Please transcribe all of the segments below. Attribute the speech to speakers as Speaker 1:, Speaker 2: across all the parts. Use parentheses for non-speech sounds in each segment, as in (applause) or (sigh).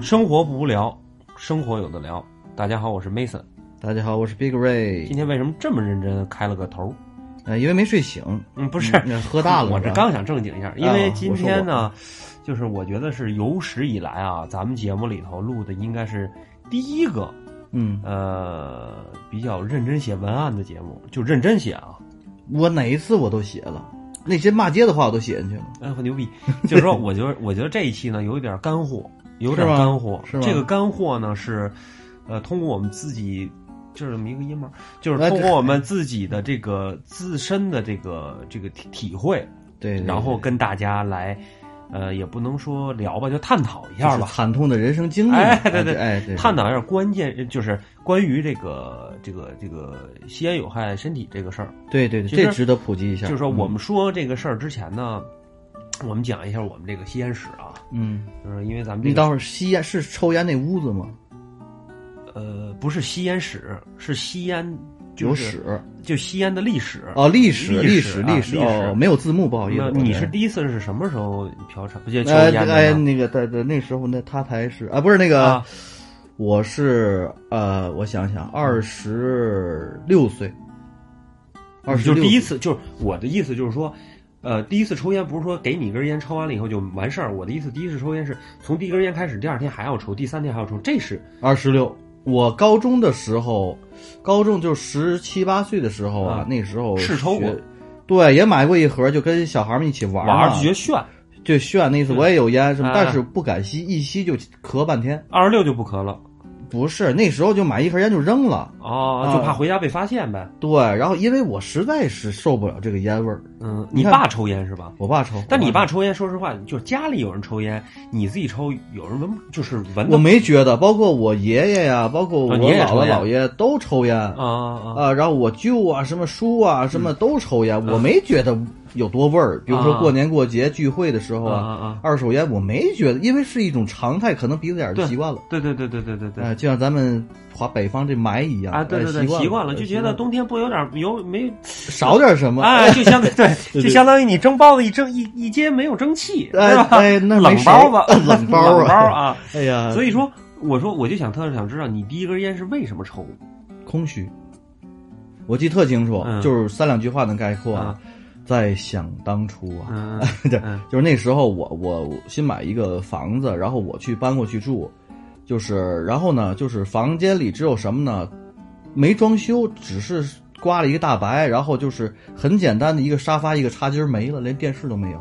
Speaker 1: 生活不无聊，生活有的聊。大家好，我是 Mason。
Speaker 2: 大家好，我是 Big Ray
Speaker 1: 今。天为什么这么认真开了个头？
Speaker 2: 呃，因为没睡醒，
Speaker 1: 嗯，不是，
Speaker 2: 嗯喝大了。
Speaker 1: 我这
Speaker 2: 是吧
Speaker 1: 刚想正经一下，因为
Speaker 2: 啊
Speaker 1: 今天呢，就是我觉得是有史以来啊，咱们节目里头录的应该是第一个
Speaker 2: 嗯，
Speaker 1: 呃比较认真写文案的节目，就认真写啊，
Speaker 2: 我哪一次我都写了，那些骂街的话我都写进去了。
Speaker 1: 哎，我牛逼！就是说，我觉得我觉得这一期呢有一点干货，有点
Speaker 2: 是吗
Speaker 1: 干货。
Speaker 2: 是吗
Speaker 1: 这个干货呢是，呃，通过我们自己就是这么一个音嘛，就是
Speaker 2: 哎
Speaker 1: 通
Speaker 2: 对
Speaker 1: 过我们自己的这个自身的这个这个体体会，
Speaker 2: 对，对
Speaker 1: 然后跟大家来，呃，也不能说聊吧，就探讨一
Speaker 2: 就
Speaker 1: 下
Speaker 2: 是
Speaker 1: 吧，
Speaker 2: 惨痛的人生经历嘛。
Speaker 1: 哎对对
Speaker 2: 哎对，
Speaker 1: 探讨一下关键就是关于这个这个这个吸烟有害身体这个事儿。
Speaker 2: 对对对，
Speaker 1: 其实
Speaker 2: 这值得普及一下。
Speaker 1: 就是说，我
Speaker 2: 嗯
Speaker 1: 们说这个事儿之前呢，我们讲一下我们这个吸烟史啊，
Speaker 2: 嗯，
Speaker 1: 就是因为咱们这
Speaker 2: 你
Speaker 1: 个
Speaker 2: 当时吸烟是抽烟那屋子吗？
Speaker 1: 呃，不是吸烟史，是吸烟就
Speaker 2: 有
Speaker 1: 是
Speaker 2: 史
Speaker 1: 就吸烟的历史。
Speaker 2: 哦，历史
Speaker 1: 历史
Speaker 2: 史
Speaker 1: 啊
Speaker 2: 历
Speaker 1: 历史
Speaker 2: 哦，没有字幕，不好意
Speaker 1: 那
Speaker 2: 思。
Speaker 1: 你是
Speaker 2: 对
Speaker 1: 第一次是什么时候嫖娼？不就抽
Speaker 2: 哎
Speaker 1: 烟的呢、
Speaker 2: 哎，那个对对，那时候那他才是啊，不是那个，
Speaker 1: 啊
Speaker 2: 我是呃，我想想，二十六岁，二
Speaker 1: 你
Speaker 2: 十
Speaker 1: 就
Speaker 2: 六，
Speaker 1: 第一次，就是我的意思就是说，呃，第一次抽烟不是说给你一根烟，抽完了以后就完事儿。我的意思，第一次抽烟是从第一根烟开始，第二天还要抽，第三天还要抽，这是
Speaker 2: 二十六。我高中的时候，高中就十七八岁的时候啊，
Speaker 1: 啊
Speaker 2: 那时候
Speaker 1: 试抽过
Speaker 2: 学，对，也买过一盒，就跟小孩们一起玩啊
Speaker 1: 玩儿
Speaker 2: 嘛
Speaker 1: 就觉得炫。
Speaker 2: 就炫那意思。我也有烟什么，
Speaker 1: 啊
Speaker 2: 但是不敢吸，一吸就咳半天。
Speaker 1: 二十六就不咳了
Speaker 2: 不是，那时候就买一盒烟就扔了。
Speaker 1: 哦，
Speaker 2: 啊
Speaker 1: 就怕回家被发现呗。
Speaker 2: 对，然后因为我实在是受不了这个烟味儿，
Speaker 1: 嗯，
Speaker 2: 你
Speaker 1: 你
Speaker 2: 看
Speaker 1: 爸抽烟是吧？
Speaker 2: 我爸抽，
Speaker 1: 但你
Speaker 2: 我
Speaker 1: 爸抽烟，说实话，就是家里有人抽烟，你自己抽，有人闻，就是闻
Speaker 2: (laughs) 我
Speaker 1: 到
Speaker 2: 没觉得，包括我爷爷呀、包括我
Speaker 1: 啊你也
Speaker 2: 姥
Speaker 1: 抽
Speaker 2: 姥
Speaker 1: 烟
Speaker 2: 姥爷都抽烟啊、
Speaker 1: 啊啊！
Speaker 2: 然后我舅啊、什么叔啊、什么都抽烟，我没觉得有多味儿。比如说
Speaker 1: 嗯啊
Speaker 2: 过年过节聚会的时候
Speaker 1: 啊啊啊
Speaker 2: 二手烟我没觉得，因为是一种常态，可能鼻子眼儿
Speaker 1: 对
Speaker 2: 就习惯了。
Speaker 1: 对对对对对对对。
Speaker 2: 哎，就像咱们华北方这霾一样
Speaker 1: 啊，对对对，
Speaker 2: 哎
Speaker 1: 习
Speaker 2: 习
Speaker 1: 惯
Speaker 2: 了，
Speaker 1: 了，就觉得冬天不有点有没
Speaker 2: 少点什么。
Speaker 1: 哎，就
Speaker 2: (laughs)
Speaker 1: 相当对，
Speaker 2: 对
Speaker 1: 就相当于你蒸包子一蒸一一煎没有蒸汽，
Speaker 2: 哎
Speaker 1: 对吧？
Speaker 2: 哎那没
Speaker 1: 冷包吧，
Speaker 2: 谁 (laughs) 冷包啊
Speaker 1: 冷包
Speaker 2: (laughs)
Speaker 1: 啊。
Speaker 2: 哎呀，
Speaker 1: 所以说，我说我就想特想知道你第一根烟是为什么抽
Speaker 2: (laughs) 空虚。我记得特清楚，
Speaker 1: 嗯
Speaker 2: 就是三两句话能概括
Speaker 1: 啊？
Speaker 2: 在想当初啊，
Speaker 1: 嗯，
Speaker 2: 对
Speaker 1: 嗯，
Speaker 2: 就是那时候我我我新买一个房子，然后我去搬过去住，就是然后呢，就是房间里只有什么呢？没装修，只是刮了一个大白，然后就是很简单的一个沙发，一个茶几儿没了，连电视都没有。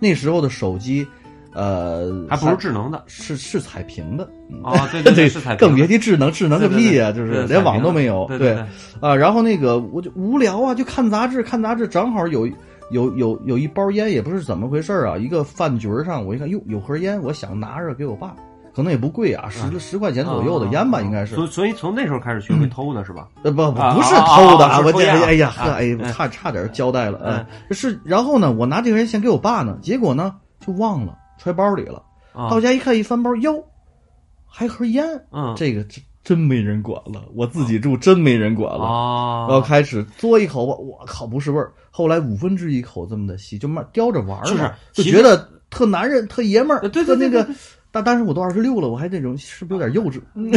Speaker 2: 那时候的手机，呃，
Speaker 1: 还不如智能
Speaker 2: (laughs)
Speaker 1: 的
Speaker 2: 是是彩屏的，嗯
Speaker 1: 啊？对对对，是彩屏的，
Speaker 2: 更别提智能，智能个
Speaker 1: 对对对
Speaker 2: 屁呀、就
Speaker 1: 对
Speaker 2: 是
Speaker 1: 彩
Speaker 2: 连网
Speaker 1: 屏
Speaker 2: 都
Speaker 1: 的
Speaker 2: 没有。
Speaker 1: 对对，
Speaker 2: 啊，然后那个我就无聊啊，就看杂志，看杂志正好有有有有一包烟，也不是怎么回事儿啊，一个饭局儿上，我一看，哟，有盒烟，我想拿着给我爸，可能也不贵啊，
Speaker 1: 嗯
Speaker 2: 十十块钱左右
Speaker 1: 哦
Speaker 2: 的烟吧，应该是，
Speaker 1: 所所以从那时候开始学会偷的是吧？
Speaker 2: 呃不不
Speaker 1: 啊
Speaker 2: 不是
Speaker 1: 啊啊
Speaker 2: 偷的
Speaker 1: 啊是
Speaker 2: 我
Speaker 1: 抽
Speaker 2: 这
Speaker 1: 烟啊
Speaker 2: 哎呀
Speaker 1: 啊
Speaker 2: 呵，哎
Speaker 1: 嗯
Speaker 2: 差差点交代了，
Speaker 1: 嗯
Speaker 2: 嗯，是，然后呢，我拿这个烟先给我爸呢，结果呢就忘了揣包里了，
Speaker 1: 啊
Speaker 2: 到，家一看一翻包，哟，还盒烟，
Speaker 1: 嗯，
Speaker 2: 这个真真没人管了，我自己住真没人管了。
Speaker 1: 啊，
Speaker 2: 然后开始嘬一口吧，我靠，不是味儿。后来五分之一口这么的吸，就慢叼着玩儿嘛，
Speaker 1: 就是
Speaker 2: 就
Speaker 1: 其
Speaker 2: 觉得特男人、特爷们儿，
Speaker 1: 呃对对
Speaker 2: 特
Speaker 1: 对
Speaker 2: 那
Speaker 1: 对嗯
Speaker 2: 个。但但是我都二十六了，我还那种是不是有点幼稚？嗯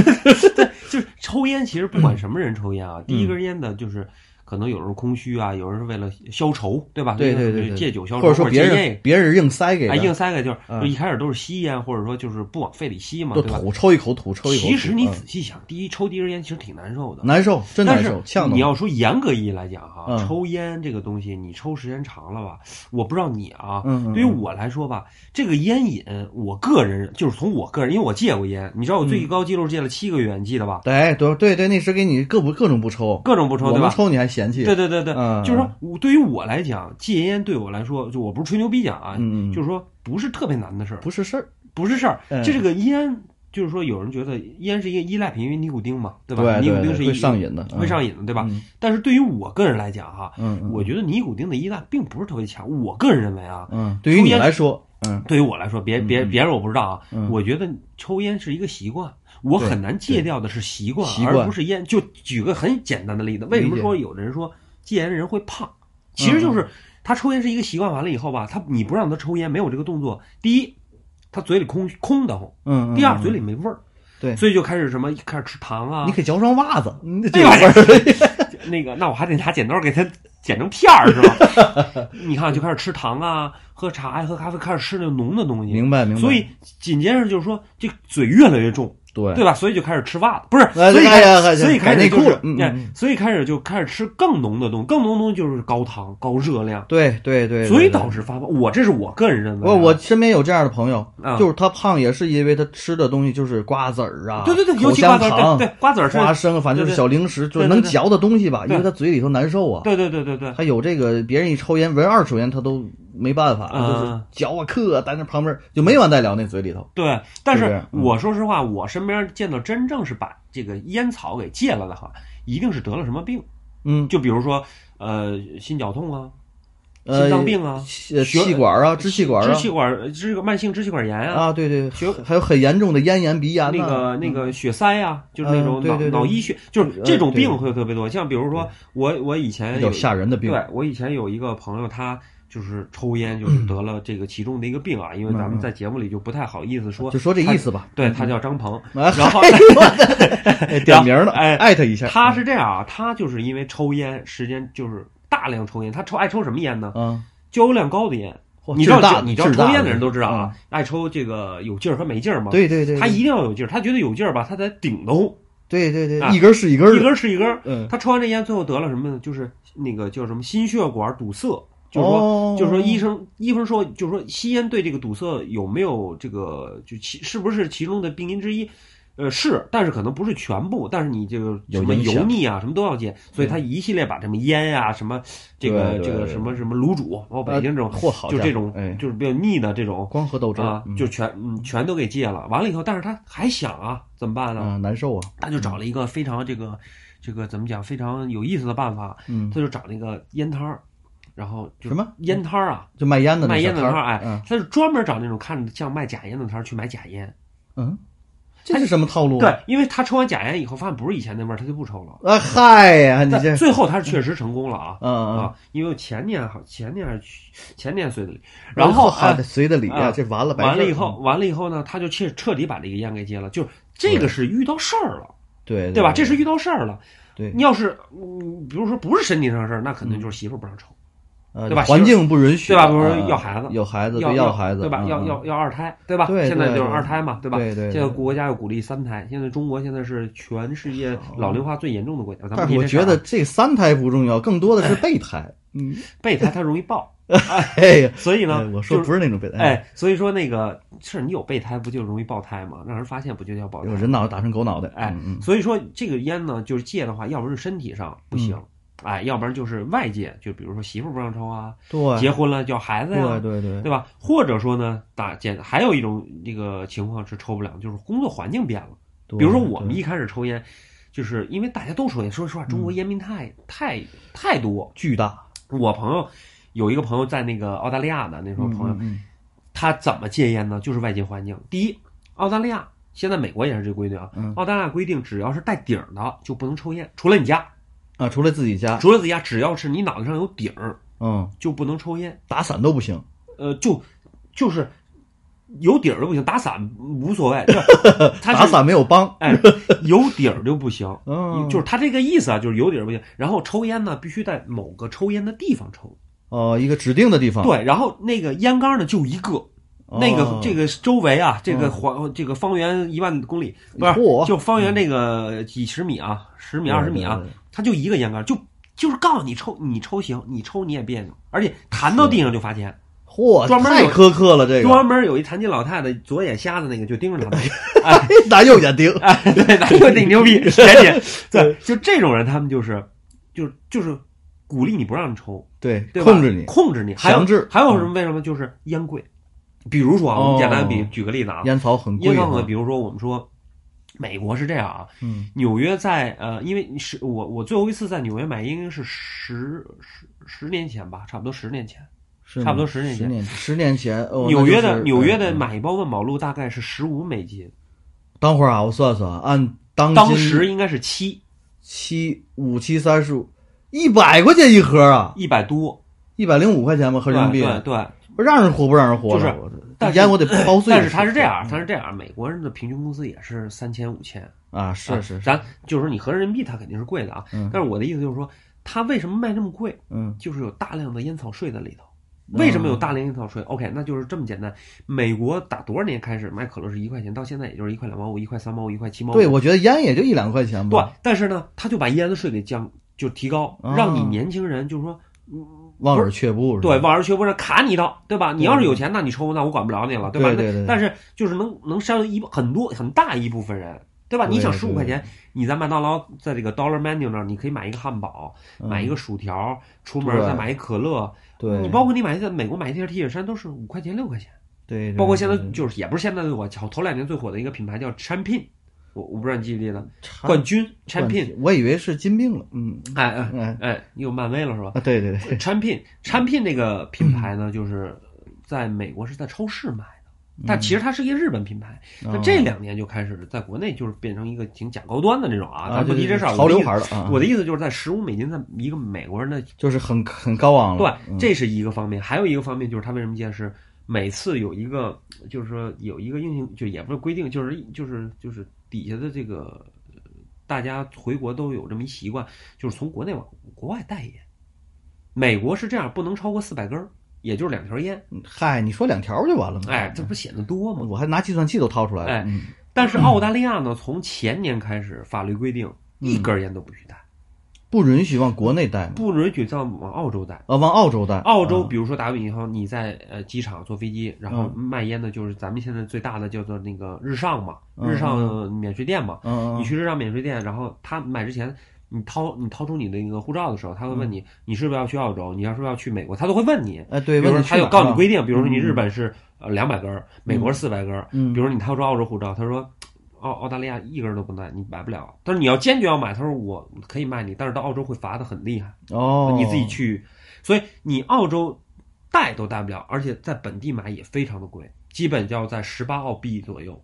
Speaker 1: 就是抽烟，其实不管什么人抽烟啊，第一根烟的就是可能有人空虚啊，有人是为了消愁，对吧？
Speaker 2: 对
Speaker 1: 因为
Speaker 2: 对对对，
Speaker 1: 戒酒消愁，
Speaker 2: 或者说别
Speaker 1: 戒烟
Speaker 2: 人
Speaker 1: 也。
Speaker 2: 别人硬塞给
Speaker 1: 哎，
Speaker 2: 的，
Speaker 1: 硬塞个就是，
Speaker 2: 嗯
Speaker 1: 就一开始都是吸烟，或者说就是不往肺里吸嘛，
Speaker 2: 就
Speaker 1: 对吧？
Speaker 2: 吐抽一口，吐抽一口。
Speaker 1: 其实
Speaker 2: 吐
Speaker 1: 你
Speaker 2: 嗯
Speaker 1: 仔细想，第一抽第一根烟其实挺难受的，
Speaker 2: 难受，真
Speaker 1: 但
Speaker 2: 难
Speaker 1: 是
Speaker 2: 受，呛
Speaker 1: 你
Speaker 2: 的。
Speaker 1: 要说严格意义来讲哈，
Speaker 2: 嗯
Speaker 1: 抽烟这个东西，你抽时间长了吧，我不知道你啊，
Speaker 2: 嗯嗯
Speaker 1: 对于
Speaker 2: 嗯
Speaker 1: 我来说吧，这个烟瘾，我个人就是从我个人，因为我戒过烟，你知道我
Speaker 2: 嗯
Speaker 1: 最高纪录戒了七个月，你记得吧？
Speaker 2: 对哎对对对，那时给你各不各种不抽，
Speaker 1: 各种不抽，
Speaker 2: 我
Speaker 1: 对
Speaker 2: 们
Speaker 1: 吧？
Speaker 2: 抽你还嫌弃。
Speaker 1: 对对对对，
Speaker 2: 嗯
Speaker 1: 就是说，我对于我来讲，戒烟对我来说，就我不是吹牛逼讲啊，
Speaker 2: 嗯，嗯
Speaker 1: 就是说不是特别难的事儿，
Speaker 2: 不是事儿，
Speaker 1: 不是事儿。
Speaker 2: 嗯
Speaker 1: 就这个烟，就是说有人觉得烟是一个依赖品，因为尼古丁嘛，对吧？
Speaker 2: 对
Speaker 1: 尼古
Speaker 2: 对
Speaker 1: 丁
Speaker 2: 对
Speaker 1: 是一
Speaker 2: 会
Speaker 1: 个
Speaker 2: 上瘾的，
Speaker 1: 会
Speaker 2: 瘾
Speaker 1: 上瘾的，对
Speaker 2: 对
Speaker 1: 吧？？
Speaker 2: 嗯
Speaker 1: 但是对于我个人来讲哈，
Speaker 2: 嗯，嗯
Speaker 1: 我觉得尼古丁的依赖并不是特别强。我个人认为啊，
Speaker 2: 嗯，对于
Speaker 1: 抽
Speaker 2: 你
Speaker 1: 烟
Speaker 2: 来说，嗯
Speaker 1: 对于我来说，别别
Speaker 2: 嗯嗯
Speaker 1: 别人我不知道啊，
Speaker 2: 嗯，
Speaker 1: 我觉得抽烟是一个习惯，我很难戒掉的是习惯，
Speaker 2: 习惯
Speaker 1: 而不是烟。就举个很简单的例子，为什么
Speaker 2: 理解嗯
Speaker 1: 说有的人说戒烟的人会胖，其实就是他抽烟是一个习惯，完了以后吧，他你不让他抽烟，没有这个动作，第一。他嘴里空空的慌，
Speaker 2: 嗯，嗯
Speaker 1: 第二
Speaker 2: 嗯
Speaker 1: 嘴里没味儿，
Speaker 2: 对
Speaker 1: 所以就开始什么开始吃糖啊
Speaker 2: 你，可以嚼双袜子，你 (laughs) 这
Speaker 1: 哎呦
Speaker 2: 玩意儿，
Speaker 1: (laughs) 那个那我还得拿剪刀给它剪成片儿是吧？ (laughs) 你看就开始吃糖啊，喝茶呀，喝咖啡，开始吃那个浓的东西，
Speaker 2: 明白明白。
Speaker 1: 所以紧接着就是说这嘴越来越重，
Speaker 2: 对
Speaker 1: 对吧？所以就开始吃袜子，不是？
Speaker 2: 哎
Speaker 1: 所以
Speaker 2: 哎呀
Speaker 1: 开
Speaker 2: 哎呀
Speaker 1: 所以开
Speaker 2: 改
Speaker 1: 始
Speaker 2: 内
Speaker 1: 就
Speaker 2: 裤
Speaker 1: 是
Speaker 2: 了嗯，嗯
Speaker 1: 哎
Speaker 2: 嗯
Speaker 1: 所以开始就开始吃更浓的东西，更浓的东西就是高糖、高热量，
Speaker 2: 对对对对，
Speaker 1: 所以
Speaker 2: 对
Speaker 1: 导致发胖。我这是我个人认为啊，
Speaker 2: 我我身边有这样的朋友，
Speaker 1: 啊
Speaker 2: 就是他胖也是因为他吃的东西就是瓜子儿啊，
Speaker 1: 对对对，
Speaker 2: 口
Speaker 1: 尤其瓜
Speaker 2: 香
Speaker 1: 子
Speaker 2: 糖
Speaker 1: 儿，对对瓜子儿是，
Speaker 2: 花生，反正就
Speaker 1: 对
Speaker 2: 是
Speaker 1: 对
Speaker 2: 小零食，就
Speaker 1: 对对
Speaker 2: 是能
Speaker 1: 对
Speaker 2: 嚼的东西吧，
Speaker 1: 对
Speaker 2: 因为他嘴里头难受啊。
Speaker 1: 对对对对对，
Speaker 2: 他有这个，别人一抽烟闻二手烟，他都没办法，
Speaker 1: 嗯
Speaker 2: 就是嚼啊嗑啊，在那旁边就没完带了，那嘴里头。
Speaker 1: 对，但
Speaker 2: 对
Speaker 1: 是
Speaker 2: 对嗯
Speaker 1: 我说实话，我身边见到真正是把这个烟草给戒了的话，一定是得了什么病，
Speaker 2: 嗯，
Speaker 1: 就比如说呃心绞痛啊、
Speaker 2: 呃
Speaker 1: 心脏病啊、
Speaker 2: 气呃
Speaker 1: 血
Speaker 2: 气管啊，支气管
Speaker 1: 支
Speaker 2: 啊，
Speaker 1: 气管、支个慢性支气管炎啊、
Speaker 2: 啊，对对，
Speaker 1: 血
Speaker 2: 还有很严重的咽炎、鼻炎
Speaker 1: 那
Speaker 2: 呐
Speaker 1: 个那个血塞啊，就是那种
Speaker 2: 啊嗯嗯对
Speaker 1: 脑
Speaker 2: 对对
Speaker 1: 脑溢血，就是这种
Speaker 2: 对
Speaker 1: 病会特别多。像比如说我我以前
Speaker 2: 比
Speaker 1: 有
Speaker 2: 较吓人的病。嗯
Speaker 1: 对我以前有一个朋友，他就是抽烟，就是得了这个其中的一个病啊，因为咱们在节目里就不太好意思说
Speaker 2: 啊就，说这意思吧。
Speaker 1: 对他叫张鹏，
Speaker 2: (laughs) 哎
Speaker 1: 然后 (laughs)
Speaker 2: 哎点名了，
Speaker 1: 哎
Speaker 2: 艾特一下。
Speaker 1: 他是这样啊，他就是因为抽烟时间就是大量抽烟，他抽爱抽什么烟呢？
Speaker 2: 嗯，
Speaker 1: 焦油量高的烟。
Speaker 2: 嚯
Speaker 1: 你知道
Speaker 2: 劲儿大
Speaker 1: 你知道
Speaker 2: 劲儿大
Speaker 1: 抽烟的人都知道
Speaker 2: 啊
Speaker 1: 啊，爱抽这个有劲儿和没劲儿嘛。
Speaker 2: 对对对，
Speaker 1: 他
Speaker 2: 对
Speaker 1: 一定要有劲儿，他觉得有劲儿吧，他才顶得动，
Speaker 2: 对对对，
Speaker 1: 啊
Speaker 2: 一根儿是一根儿
Speaker 1: 一
Speaker 2: 的，
Speaker 1: 根儿是一根儿。
Speaker 2: 嗯，
Speaker 1: 他抽完这烟，最后得了什么呢？就是那个叫什么心血管堵塞，就是说，
Speaker 2: 说
Speaker 1: 就是说，医生医生说，就是说，吸烟对这个堵塞有没有这个就其是不是其中的病因之一？呃，是，但是可能不是全部，但是你这个
Speaker 2: 有
Speaker 1: 什么
Speaker 2: 影响
Speaker 1: 油腻啊，什么都要戒，所以他一系列把什么烟呀、什么这个
Speaker 2: 对对
Speaker 1: 这个
Speaker 2: 对
Speaker 1: 什么什么卤煮，包括北京这种，
Speaker 2: 啊嚯，好
Speaker 1: 就
Speaker 2: 家
Speaker 1: 这
Speaker 2: 伙
Speaker 1: 种
Speaker 2: 哎，
Speaker 1: 就是比较腻的这种
Speaker 2: 光喝豆汁儿
Speaker 1: 啊
Speaker 2: 嗯，
Speaker 1: 就全嗯全都给戒了。完了以后，但是他还想啊，怎么办呢？
Speaker 2: 啊难受啊，
Speaker 1: 他就找了一个非常这个这个怎么讲非常有意思的办法，
Speaker 2: 嗯
Speaker 1: 他，就找那个烟摊儿，然后就
Speaker 2: 什么
Speaker 1: 烟摊儿啊，
Speaker 2: 就卖烟的那
Speaker 1: 卖烟的
Speaker 2: 小
Speaker 1: 摊
Speaker 2: 摊
Speaker 1: 儿，
Speaker 2: 儿
Speaker 1: 哎，
Speaker 2: 嗯
Speaker 1: 他就专门找那种看着像卖假烟的摊儿去买假烟。
Speaker 2: 嗯，这是什么套路？
Speaker 1: 哎对，，因为他抽完假烟以后，发现不是以前那味儿，他就不抽了。
Speaker 2: 啊嗨呀，你这
Speaker 1: 但最后他是确实成功了啊
Speaker 2: 啊啊，
Speaker 1: 啊！因为前年好，前年还是去前年随的礼，
Speaker 2: 然
Speaker 1: 后
Speaker 2: 好的
Speaker 1: 哎
Speaker 2: 随的礼啊，
Speaker 1: 啊
Speaker 2: 这完了白事儿
Speaker 1: 完
Speaker 2: 嗯
Speaker 1: 了以后，，完了以后呢，他就彻彻底把这个烟给戒了。就是这个是遇到事儿了，
Speaker 2: 对
Speaker 1: 对吧？这是遇到事儿了。
Speaker 2: 对嗯
Speaker 1: 你要是嗯，比如说不是身体上的事儿，那肯定就是媳妇儿不让抽，
Speaker 2: 呃
Speaker 1: 对吧
Speaker 2: 环境不允许，
Speaker 1: 对吧比如说
Speaker 2: 啊
Speaker 1: 要孩子
Speaker 2: 有孩子
Speaker 1: 要
Speaker 2: 对要孩子，
Speaker 1: 对吧？
Speaker 2: 嗯
Speaker 1: 要
Speaker 2: 嗯
Speaker 1: 要要二胎，对吧？
Speaker 2: 对
Speaker 1: 现在就是
Speaker 2: 对
Speaker 1: 二胎嘛，对吧？
Speaker 2: 对对，
Speaker 1: 现在
Speaker 2: 对
Speaker 1: 国家又鼓励三胎，现在中国现在是全世界老龄化最严重的国家。咱们
Speaker 2: 但
Speaker 1: 提
Speaker 2: 是我
Speaker 1: 这事儿
Speaker 2: 觉
Speaker 1: 啊
Speaker 2: 得这三胎不重要，更多的是备
Speaker 1: (laughs)
Speaker 2: 胎。嗯，
Speaker 1: 备胎它容易爆，
Speaker 2: (laughs) 哎呀，
Speaker 1: 所以
Speaker 2: 哎
Speaker 1: 呢，
Speaker 2: 我说
Speaker 1: 就是
Speaker 2: 不是那种备胎，，
Speaker 1: 哎，所以说那个是你有备胎不就容易爆胎吗？让人发现不就叫爆胎
Speaker 2: 有？人脑袋打成狗脑袋。
Speaker 1: 哎
Speaker 2: 嗯，
Speaker 1: 所以说这个烟呢，就是戒的话，要不然是身体上不行，
Speaker 2: 嗯
Speaker 1: 哎，要不然就是外界，就比如说媳妇不让抽啊，
Speaker 2: 对，
Speaker 1: 结婚了叫孩子呀
Speaker 2: 嗯对，对对
Speaker 1: 对吧？或者说呢，打减还有一种这个情况是抽不了，就是工作环境变了。
Speaker 2: 对嗯
Speaker 1: 比如说我们一开始抽烟，就是因为大家都抽烟。说实话，中国烟民太、太太多。
Speaker 2: 巨大，
Speaker 1: 我朋友有一个朋友在那个澳大利亚的，那时候朋友、
Speaker 2: 嗯嗯
Speaker 1: 他怎么戒烟呢？就是外界环境。第一，澳大利亚现在美国也是这规定啊，
Speaker 2: 嗯
Speaker 1: 澳大利亚规定只要是带顶儿的就不能抽烟，除了你家，
Speaker 2: 啊，除了自己家，
Speaker 1: 除了自己家，只要是你脑袋上有顶儿
Speaker 2: 嗯，
Speaker 1: 就不能抽烟。
Speaker 2: 打伞都不行，
Speaker 1: 呃，就就是有顶儿就不行，打伞无所谓。就
Speaker 2: (laughs)
Speaker 1: 他
Speaker 2: 打
Speaker 1: 是
Speaker 2: 伞没有帮，
Speaker 1: 哎，有底儿就不行，
Speaker 2: 嗯，
Speaker 1: 就是他这个意思啊，就是有底儿不行。然后抽烟呢，必须在某个抽烟的地方抽，
Speaker 2: 哦，一个指定的地方，
Speaker 1: 对。然后那个烟杆呢就一个，
Speaker 2: 哦，
Speaker 1: 那个这
Speaker 2: 个
Speaker 1: 个周围啊，这个
Speaker 2: 嗯
Speaker 1: 环这个方圆一万公里，不是
Speaker 2: 嚯
Speaker 1: 就方圆这个几十米啊，十米二十米啊，，他就一个烟杆，就就是告诉你抽你抽行，你抽你也别扭，而且弹到地上就罚钱。
Speaker 2: 嚯，
Speaker 1: 专门
Speaker 2: 太
Speaker 1: 有
Speaker 2: 苛刻了，这个
Speaker 1: 专门有一弹琴老太太，左眼瞎的那个就盯着
Speaker 2: (laughs)
Speaker 1: 他们，哎，
Speaker 2: 拿右眼盯，
Speaker 1: 哎，对，咱就挺牛逼，赶紧，对，就这种人，他们就是，就是就是鼓励你不让你抽，
Speaker 2: 对，
Speaker 1: (laughs) 对吧？
Speaker 2: 控制你，
Speaker 1: 控制你，还有
Speaker 2: 强制
Speaker 1: 还有什么？为什么就是烟贵？比如说啊，我们简单比
Speaker 2: 哦
Speaker 1: 举个例子啊，
Speaker 2: 烟草很
Speaker 1: 烟
Speaker 2: 贵
Speaker 1: 草
Speaker 2: 啊
Speaker 1: 呢，，比如说我们说，美国是这样啊，
Speaker 2: 嗯，
Speaker 1: 纽约在呃，因为是我我最后一次在纽约买烟应该是十十十年前吧，差不多十年前。
Speaker 2: 是
Speaker 1: 差不多
Speaker 2: 吗
Speaker 1: 十年
Speaker 2: 十
Speaker 1: 前
Speaker 2: 年十年前，哦
Speaker 1: 纽约
Speaker 2: 那就
Speaker 1: 的
Speaker 2: 是
Speaker 1: 纽约的
Speaker 2: 嗯
Speaker 1: 买一包万宝路大概是十五美金，
Speaker 2: 等会儿啊，我算算啊，按当
Speaker 1: 当
Speaker 2: 今
Speaker 1: 时应该是七
Speaker 2: 七五七三十五，一百块钱一盒啊，
Speaker 1: 一百多，
Speaker 2: 一百零五块钱吧，合
Speaker 1: 对
Speaker 2: 人民币，
Speaker 1: 对对，
Speaker 2: 不让人活不让人活啊
Speaker 1: 就是
Speaker 2: 了，我
Speaker 1: 但是
Speaker 2: 烟我得包碎。
Speaker 1: 但是他是这样，
Speaker 2: 嗯
Speaker 1: 他是这样，美国人的平均工资也是三千五千，
Speaker 2: 啊，
Speaker 1: 啊
Speaker 2: 是是，是
Speaker 1: 咱就是说你合人民币它肯定是贵的啊，
Speaker 2: 嗯
Speaker 1: 但是我的意思就是说，它为什么卖这么贵，
Speaker 2: 嗯
Speaker 1: 就是有大量的烟草税在里头。为什么有大量烟草税？OK，那就是这么简单。美国打多少年开始卖可乐是一块钱，到现在也就是一块两毛五、一块三毛五、一块七毛五。
Speaker 2: 对，我觉得烟也就一两块钱
Speaker 1: 对
Speaker 2: 吧，，
Speaker 1: 但是呢，他就把烟的税给降，就提高，
Speaker 2: 啊
Speaker 1: 让你年轻人就是说，
Speaker 2: 望而却步。是吧
Speaker 1: 对，，望而却步，让卡你一刀，对吧？你要是有钱，那你抽，那我管不着你了，吧？
Speaker 2: 对对对
Speaker 1: 那但是就是能能删一部很多很大一部分人。对吧？
Speaker 2: 对
Speaker 1: 你想
Speaker 2: 对
Speaker 1: 十五块钱，你在麦当劳在这个 Dollar Menu 那儿，你可以买一个汉堡，
Speaker 2: 嗯
Speaker 1: 买一个薯条，出门
Speaker 2: 对
Speaker 1: 再买一可乐。
Speaker 2: 对，
Speaker 1: 你包括你买在美国买一件 T 恤衫都是五块钱六块钱，
Speaker 2: 对，
Speaker 1: 包括现在
Speaker 2: 对对对
Speaker 1: 就是也不是现在最火，头两年最火的一个品牌叫 Champion，我我不知道你记不记得
Speaker 2: 差
Speaker 1: 冠军
Speaker 2: 嗯冠
Speaker 1: Champion，
Speaker 2: 我以为是金病了，嗯，
Speaker 1: 哎哎
Speaker 2: 哎
Speaker 1: 哎，你有漫威了是吧？
Speaker 2: 啊，对对对，嗯
Speaker 1: 产品产品这个品牌呢，就是在美国是在超市买的，但其实它是一个日本品牌。那
Speaker 2: 嗯哦
Speaker 1: 这两年就开始在国内就是变成一个挺假高端的这种啊，
Speaker 2: 啊，
Speaker 1: 咱不
Speaker 2: 对
Speaker 1: 提这
Speaker 2: 对对
Speaker 1: 事儿。
Speaker 2: 潮流
Speaker 1: 我的意
Speaker 2: 牌
Speaker 1: 思
Speaker 2: 儿的啊，
Speaker 1: 我的意思就是在十五美金，在一个美国人的
Speaker 2: 就是很很高昂
Speaker 1: 对
Speaker 2: 了，，嗯
Speaker 1: 这是一个方面，还有一个方面就是他为什么建是每次有一个，就是说有一个硬性，就也不是规定，就是就是就是底下的这个呃大家回国都有这么一习惯，就是从国内往国外带烟。美国是这样，不能超过四百根儿，也就是两条烟。
Speaker 2: 嗨，你说两条不就完了吗？
Speaker 1: 哎，这不显得多吗？
Speaker 2: 我还拿计算器都掏出来了，
Speaker 1: 哎
Speaker 2: 嗯
Speaker 1: 但是澳大利亚呢，从前年开始法律规定，
Speaker 2: 嗯
Speaker 1: 一根儿烟都不许带，
Speaker 2: 不允许往国内带吗？
Speaker 1: 不允许再往澳洲带。
Speaker 2: 啊，往澳洲带。
Speaker 1: 澳洲，
Speaker 2: 啊
Speaker 1: 比如说打个比方，你在呃机场坐飞机，然后
Speaker 2: 嗯
Speaker 1: 卖烟的就是咱们现在最大的叫做那个日上嘛，
Speaker 2: 嗯
Speaker 1: 日上免税店嘛。
Speaker 2: 嗯，嗯
Speaker 1: 你去日上免税店，然后他买之前，你掏你掏出你的那个护照的时候，他会问你你是不是要去澳洲，你要是不是要去美国，他都会问你。
Speaker 2: 哎，
Speaker 1: 比
Speaker 2: 嗯对，
Speaker 1: 如
Speaker 2: 问
Speaker 1: 说
Speaker 2: 你
Speaker 1: 他
Speaker 2: 去
Speaker 1: 有
Speaker 2: 哪儿
Speaker 1: 告诉你
Speaker 2: 了
Speaker 1: 规定，比如说你
Speaker 2: 嗯
Speaker 1: 日本是呃两百根儿，美国是四百根儿。
Speaker 2: 嗯，
Speaker 1: 比如说你掏出澳洲护照，他说。澳澳大利亚一根儿都不卖，你买不了。但是你要坚决要买，他说我可以卖你，但是到澳洲会罚的很厉害。
Speaker 2: 哦，
Speaker 1: 你自己去，所以你澳洲带都带不了，而且在本地买也非常的贵，基本要在十八澳币左右。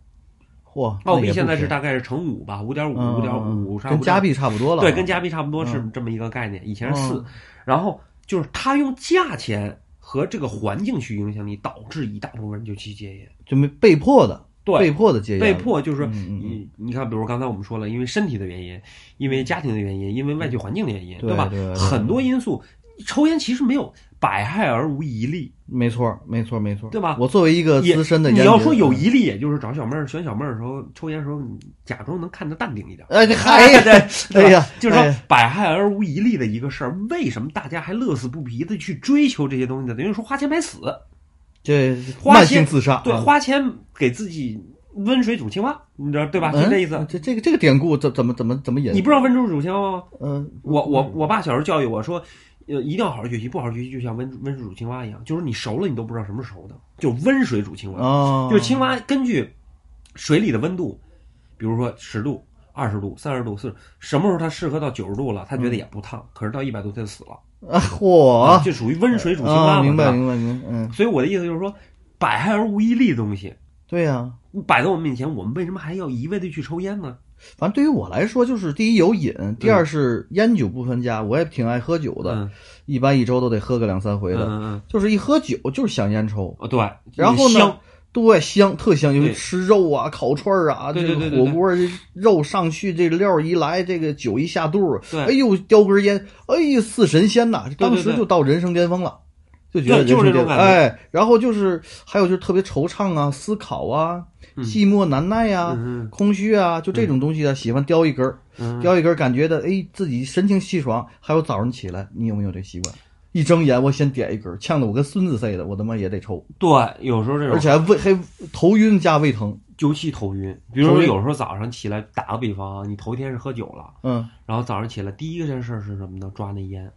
Speaker 2: 嚯，那
Speaker 1: 澳币
Speaker 2: 也不
Speaker 1: 现在是
Speaker 2: 便宜
Speaker 1: 大概是乘五吧，五点五、
Speaker 2: 嗯
Speaker 1: 五点五，
Speaker 2: 跟加币差不多了，
Speaker 1: 对，跟加币差不多是
Speaker 2: 嗯
Speaker 1: 这么一个概念。以前是
Speaker 2: 嗯
Speaker 1: 四，然后就是他用价钱和这个环境去影响你，导致一大部分人就去戒烟。
Speaker 2: 就没被迫的，被
Speaker 1: 对，
Speaker 2: 迫的戒烟，
Speaker 1: 被迫就是说
Speaker 2: 嗯嗯嗯
Speaker 1: 你你看，比如刚才我们说了，因为身体的原因，因为家庭的原因，因为外界环境的原因，
Speaker 2: 嗯对
Speaker 1: 吧？
Speaker 2: 对对
Speaker 1: 很多因素，抽烟其实没有百害而无一利，
Speaker 2: 没错，没错，没错，
Speaker 1: 对吧
Speaker 2: 我作为一个
Speaker 1: 也
Speaker 2: 资呃深的嗯烟
Speaker 1: 你
Speaker 2: 民，
Speaker 1: 要说有一例，也就是找小妹儿选小妹儿的时候，抽烟的时候，你假装能看得淡定一点。
Speaker 2: 哎，这嗨呀，
Speaker 1: (laughs) 对，对吧
Speaker 2: 哎呀
Speaker 1: 就是说
Speaker 2: 哎
Speaker 1: 百害而无一利的一个事儿，为什么大家还乐此不疲的去追求这些东西呢？等于说花钱买死，
Speaker 2: 这
Speaker 1: 花
Speaker 2: 慢
Speaker 1: 钱
Speaker 2: 性自杀，
Speaker 1: 对，
Speaker 2: 啊
Speaker 1: 花钱给自己温水煮青蛙，你知道对吧？
Speaker 2: 嗯
Speaker 1: 是这意思。
Speaker 2: 这这个这个典故怎怎么怎么怎么引？
Speaker 1: 你不知道温水煮青蛙吗？
Speaker 2: 嗯，
Speaker 1: 我我我爸小时候教育我说，呃，一定要好好学习，不好好学习就像温温水煮青蛙一样，就是你熟了你都不知道什么是熟的，就温水煮青蛙。
Speaker 2: 哦，
Speaker 1: 就是青蛙根据水里的温度，比如说十度、二十度、三十度、四十，什么时候它适合到九十度了，它
Speaker 2: 嗯
Speaker 1: 觉得也不烫，可是到一百度它就死了，
Speaker 2: 啊，嚯，
Speaker 1: 就属于温水煮青
Speaker 2: 啊
Speaker 1: 蛙嘛，
Speaker 2: 明白
Speaker 1: 对吧
Speaker 2: 明白明白，嗯，
Speaker 1: 所以我的意思就是说，百害而无一利的东西
Speaker 2: 对呀。
Speaker 1: 摆在我们面前，我们为什么还要一味的去抽烟呢？
Speaker 2: 反正对于我来说，就是第一有瘾，第二是烟酒不分家，我也挺爱喝酒的，
Speaker 1: 嗯
Speaker 2: 一般一周都得喝个两三回
Speaker 1: 嗯
Speaker 2: 的。
Speaker 1: 嗯嗯，
Speaker 2: 就是一喝酒就是想烟抽，
Speaker 1: 哦对，
Speaker 2: 然后
Speaker 1: 香
Speaker 2: 呢，对香特香，
Speaker 1: 对
Speaker 2: 就是吃肉啊、烤串儿啊，
Speaker 1: 对对
Speaker 2: 这个
Speaker 1: 对对
Speaker 2: 火锅这肉上去，这料一来，这个酒一下肚，
Speaker 1: 对
Speaker 2: 哎呦叼根烟，哎呦似神仙呐，当时就到人生巅峰了。就觉得人
Speaker 1: 对就是这
Speaker 2: 生巅
Speaker 1: 种
Speaker 2: 峰，
Speaker 1: 感觉
Speaker 2: 哎，然后就是还有就是特别惆怅啊、思考啊、
Speaker 1: 嗯
Speaker 2: 寂寞难耐啊、
Speaker 1: 嗯
Speaker 2: 空虚啊，就这种东西啊，喜欢叼一根儿，
Speaker 1: 嗯嗯，
Speaker 2: 叼一根儿，感觉的哎自己神清气爽。还有早上起来，你有没有这习惯？一睁眼我先点一根儿，呛得我跟孙子似的，我他妈也得抽，
Speaker 1: 对，有时候这
Speaker 2: 而
Speaker 1: 种
Speaker 2: 且还胃还头晕加胃疼。
Speaker 1: 尤其头晕，比如
Speaker 2: 头
Speaker 1: 说
Speaker 2: 晕
Speaker 1: 有时候早上起来，打个比方啊，你头一天是喝酒了，
Speaker 2: 嗯，
Speaker 1: 然后早上起来第一件事儿是什么呢？抓那烟。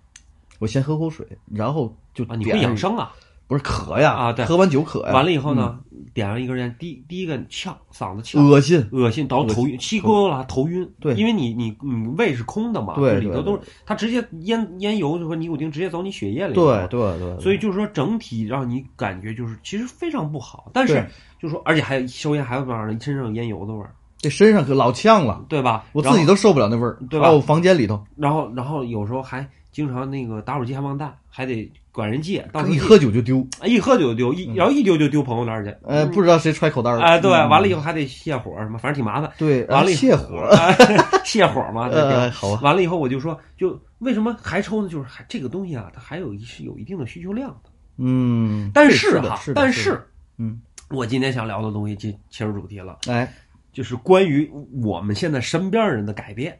Speaker 2: 我先喝口水，然后就
Speaker 1: 啊，你
Speaker 2: 点
Speaker 1: 会养
Speaker 2: 上
Speaker 1: 生啊！
Speaker 2: 不是渴呀
Speaker 1: 啊对
Speaker 2: 喝完酒渴呀，
Speaker 1: 完了以后呢，点上一根烟，第第一个呛，嗓子呛，
Speaker 2: 嗯恶心。
Speaker 1: 恶心，导
Speaker 2: 恶
Speaker 1: 致头晕，吸够了头晕。
Speaker 2: 对
Speaker 1: 因为你你你胃是空的嘛，就
Speaker 2: 对
Speaker 1: 里头
Speaker 2: 对
Speaker 1: 都是它直接烟烟油和尼古丁直接走你血液里。
Speaker 2: 对。对对，
Speaker 1: 所以就是说，整体让你感觉就是其实非常不好，但是
Speaker 2: 对
Speaker 1: 就是说，而且还有抽烟还会让人身上有烟油的味儿，
Speaker 2: 这身上可老呛了，
Speaker 1: 对吧？
Speaker 2: 我自己
Speaker 1: 都
Speaker 2: 都受不了那味儿，
Speaker 1: 对吧
Speaker 2: 还有房间里头，
Speaker 1: 然后然后有时候还经常那个打火机还忘带，还得管人借，到时候
Speaker 2: 一喝酒就丢，
Speaker 1: 哎一喝酒就丢，一然后一丢就丢朋友那儿去，
Speaker 2: 呃，不知道谁揣口袋儿了。
Speaker 1: 嗯哎对，完了以
Speaker 2: 后，
Speaker 1: 后还得泄火什么，反正挺麻烦。
Speaker 2: 对，然
Speaker 1: 完
Speaker 2: 后
Speaker 1: 了以后
Speaker 2: 泻呃火，，
Speaker 1: (laughs) 哎泄火嘛，对吧
Speaker 2: 呃，好吧，
Speaker 1: 完了以后我就说，就为什么还抽呢？就是还这个东西啊，它还有一是有一定的需求量的。
Speaker 2: 嗯，
Speaker 1: 但
Speaker 2: 是的
Speaker 1: 哈，
Speaker 2: 是的
Speaker 1: 但
Speaker 2: 是的，
Speaker 1: 是，
Speaker 2: 嗯，
Speaker 1: 我今天想聊的东西进切入主题了，
Speaker 2: 哎，
Speaker 1: 就是关于我们现在身边人的改变。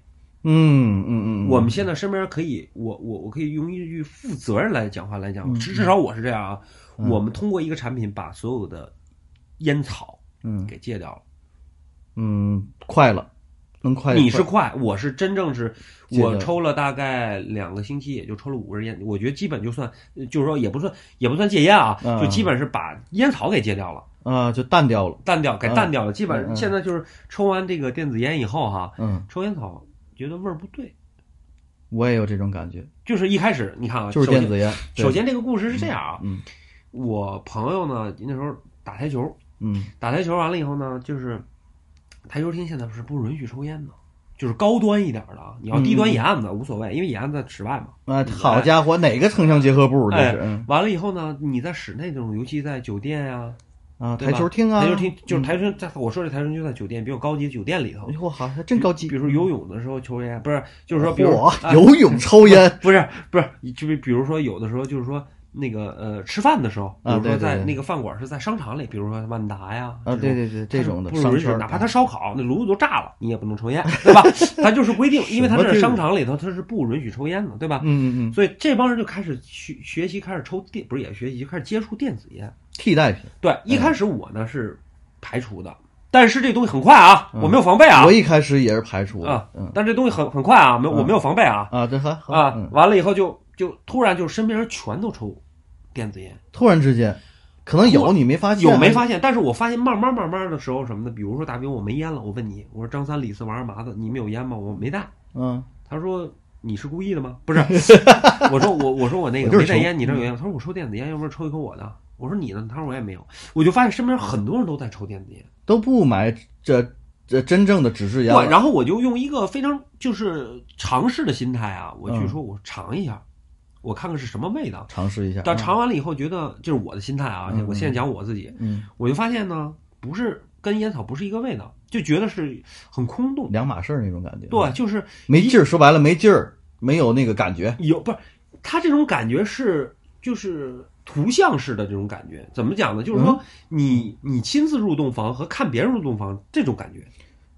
Speaker 2: 嗯嗯嗯，
Speaker 1: 我们现在身边可以，我我我可以用一句负责任来讲话来讲
Speaker 2: 嗯，
Speaker 1: 至至少我是这样啊。
Speaker 2: 嗯
Speaker 1: 我们通过一个产品把所有的烟草
Speaker 2: 嗯
Speaker 1: 给戒掉了。
Speaker 2: 嗯快了，能快，
Speaker 1: 你是
Speaker 2: 快
Speaker 1: 快，我是真正是，
Speaker 2: 戒掉
Speaker 1: 我抽了大概两个星期，也就抽了五根烟。我觉得基本就算，呃就是说也不算，也不算戒烟啊，
Speaker 2: 嗯
Speaker 1: 就基本是把烟草给戒掉了，
Speaker 2: 啊，就淡掉了，
Speaker 1: 淡掉，给淡掉了。基
Speaker 2: 嗯嗯
Speaker 1: 本现在就是抽完这个电子烟以后哈，
Speaker 2: 嗯，
Speaker 1: 抽烟草觉得味儿不对，
Speaker 2: 我也有这种感觉，
Speaker 1: 就是一开始你看啊，
Speaker 2: 就是
Speaker 1: 首先
Speaker 2: 电子烟，对
Speaker 1: 首，先这个故事是这样啊，
Speaker 2: 嗯
Speaker 1: 我朋友呢那时候打台球，
Speaker 2: 嗯
Speaker 1: 打台球完了以后呢，就是台球厅现在是不允许抽烟的。就是高端一点的啊，你要低端
Speaker 2: 嗯
Speaker 1: 野案子无所谓，因为野案子在室外嘛。
Speaker 2: 啊，好家伙，哪个城乡结合部这
Speaker 1: 哎
Speaker 2: 是？嗯
Speaker 1: 完了以后呢，你在室内这种，尤其在酒店呀、
Speaker 2: 啊，
Speaker 1: 对吧
Speaker 2: 台球厅啊，
Speaker 1: 台球厅，就是台球厅，在我说这台球厅就在酒店，比较高级的酒店里头
Speaker 2: 哎。呦，我好，还真高级。
Speaker 1: 比如说游泳的时候抽烟，不是，就是说，比如
Speaker 2: 我
Speaker 1: 啊
Speaker 2: 游泳抽
Speaker 1: (laughs)
Speaker 2: 烟，
Speaker 1: 不是不是，就比比如说有的时候就是说那个呃吃饭的时候，比
Speaker 2: 啊
Speaker 1: 如说
Speaker 2: 对对
Speaker 1: 在
Speaker 2: 对
Speaker 1: 那个饭馆是在商场里，比如说万达呀
Speaker 2: 啊，对对对，这种的
Speaker 1: 不
Speaker 2: 商
Speaker 1: 允许，
Speaker 2: 圈儿，嗯
Speaker 1: 哪怕他烧烤那炉子都炸了，你也不能抽烟，对吧？他就是规定，因为他
Speaker 2: 什么
Speaker 1: 是
Speaker 2: 这个
Speaker 1: 商场里头，他是不允许抽烟的，对吧？
Speaker 2: 嗯嗯嗯，
Speaker 1: 所以这帮人就开始学学习，开始抽电，不是也学习，就开始接触电子烟。
Speaker 2: 替代品。
Speaker 1: 对，一开始我呢是排除的，但是这东西很快啊，我没有防备啊
Speaker 2: 嗯我，一开始也是排除的
Speaker 1: 啊，
Speaker 2: 嗯
Speaker 1: 但是这东西很很快啊，没有我没有防备啊
Speaker 2: 啊，这还好
Speaker 1: 啊
Speaker 2: 嗯，
Speaker 1: 完了以后就就突然就身边人全都抽电子烟，
Speaker 2: 突然之间，可能有你没发现，
Speaker 1: 有没发现？但是我发现慢慢慢慢的时候什么的，比如说大兵我没烟了，我问你，我说张三李四王二麻子你们有烟吗？我没带，
Speaker 2: 嗯，
Speaker 1: 他说。你是故意的吗？
Speaker 2: (laughs)
Speaker 1: 不是，我说我我说我那
Speaker 2: 我
Speaker 1: 个
Speaker 2: 就是
Speaker 1: 没带
Speaker 2: 抽嗯
Speaker 1: 烟，你这有烟吗？他说我抽电子烟，要不然抽一口我的。我说你呢？他说我也没有。我就发现身边很多人都在抽电子烟。
Speaker 2: 都不买这这真正的纸质烟
Speaker 1: 对，
Speaker 2: 了，
Speaker 1: 然后我就用一个非常就是尝试的心态啊，我去
Speaker 2: 嗯
Speaker 1: 说我尝一下，我看看是什么味道。
Speaker 2: 尝试一下。
Speaker 1: 但尝完了以后，觉得就是我的心态啊，
Speaker 2: 嗯
Speaker 1: 我现在讲我自己，
Speaker 2: 嗯，
Speaker 1: 我就发现呢，不是跟烟草不是一个味道，就觉得是很空洞。
Speaker 2: 两码事儿那种感觉，
Speaker 1: 对，，就是
Speaker 2: 没劲儿，说白了没劲儿，没有那个感觉。
Speaker 1: 有不是，他这种感觉是就是图像式的这种感觉，怎么讲呢？就是
Speaker 2: 嗯
Speaker 1: 说你你亲自入洞房和看别人入洞房这种感觉，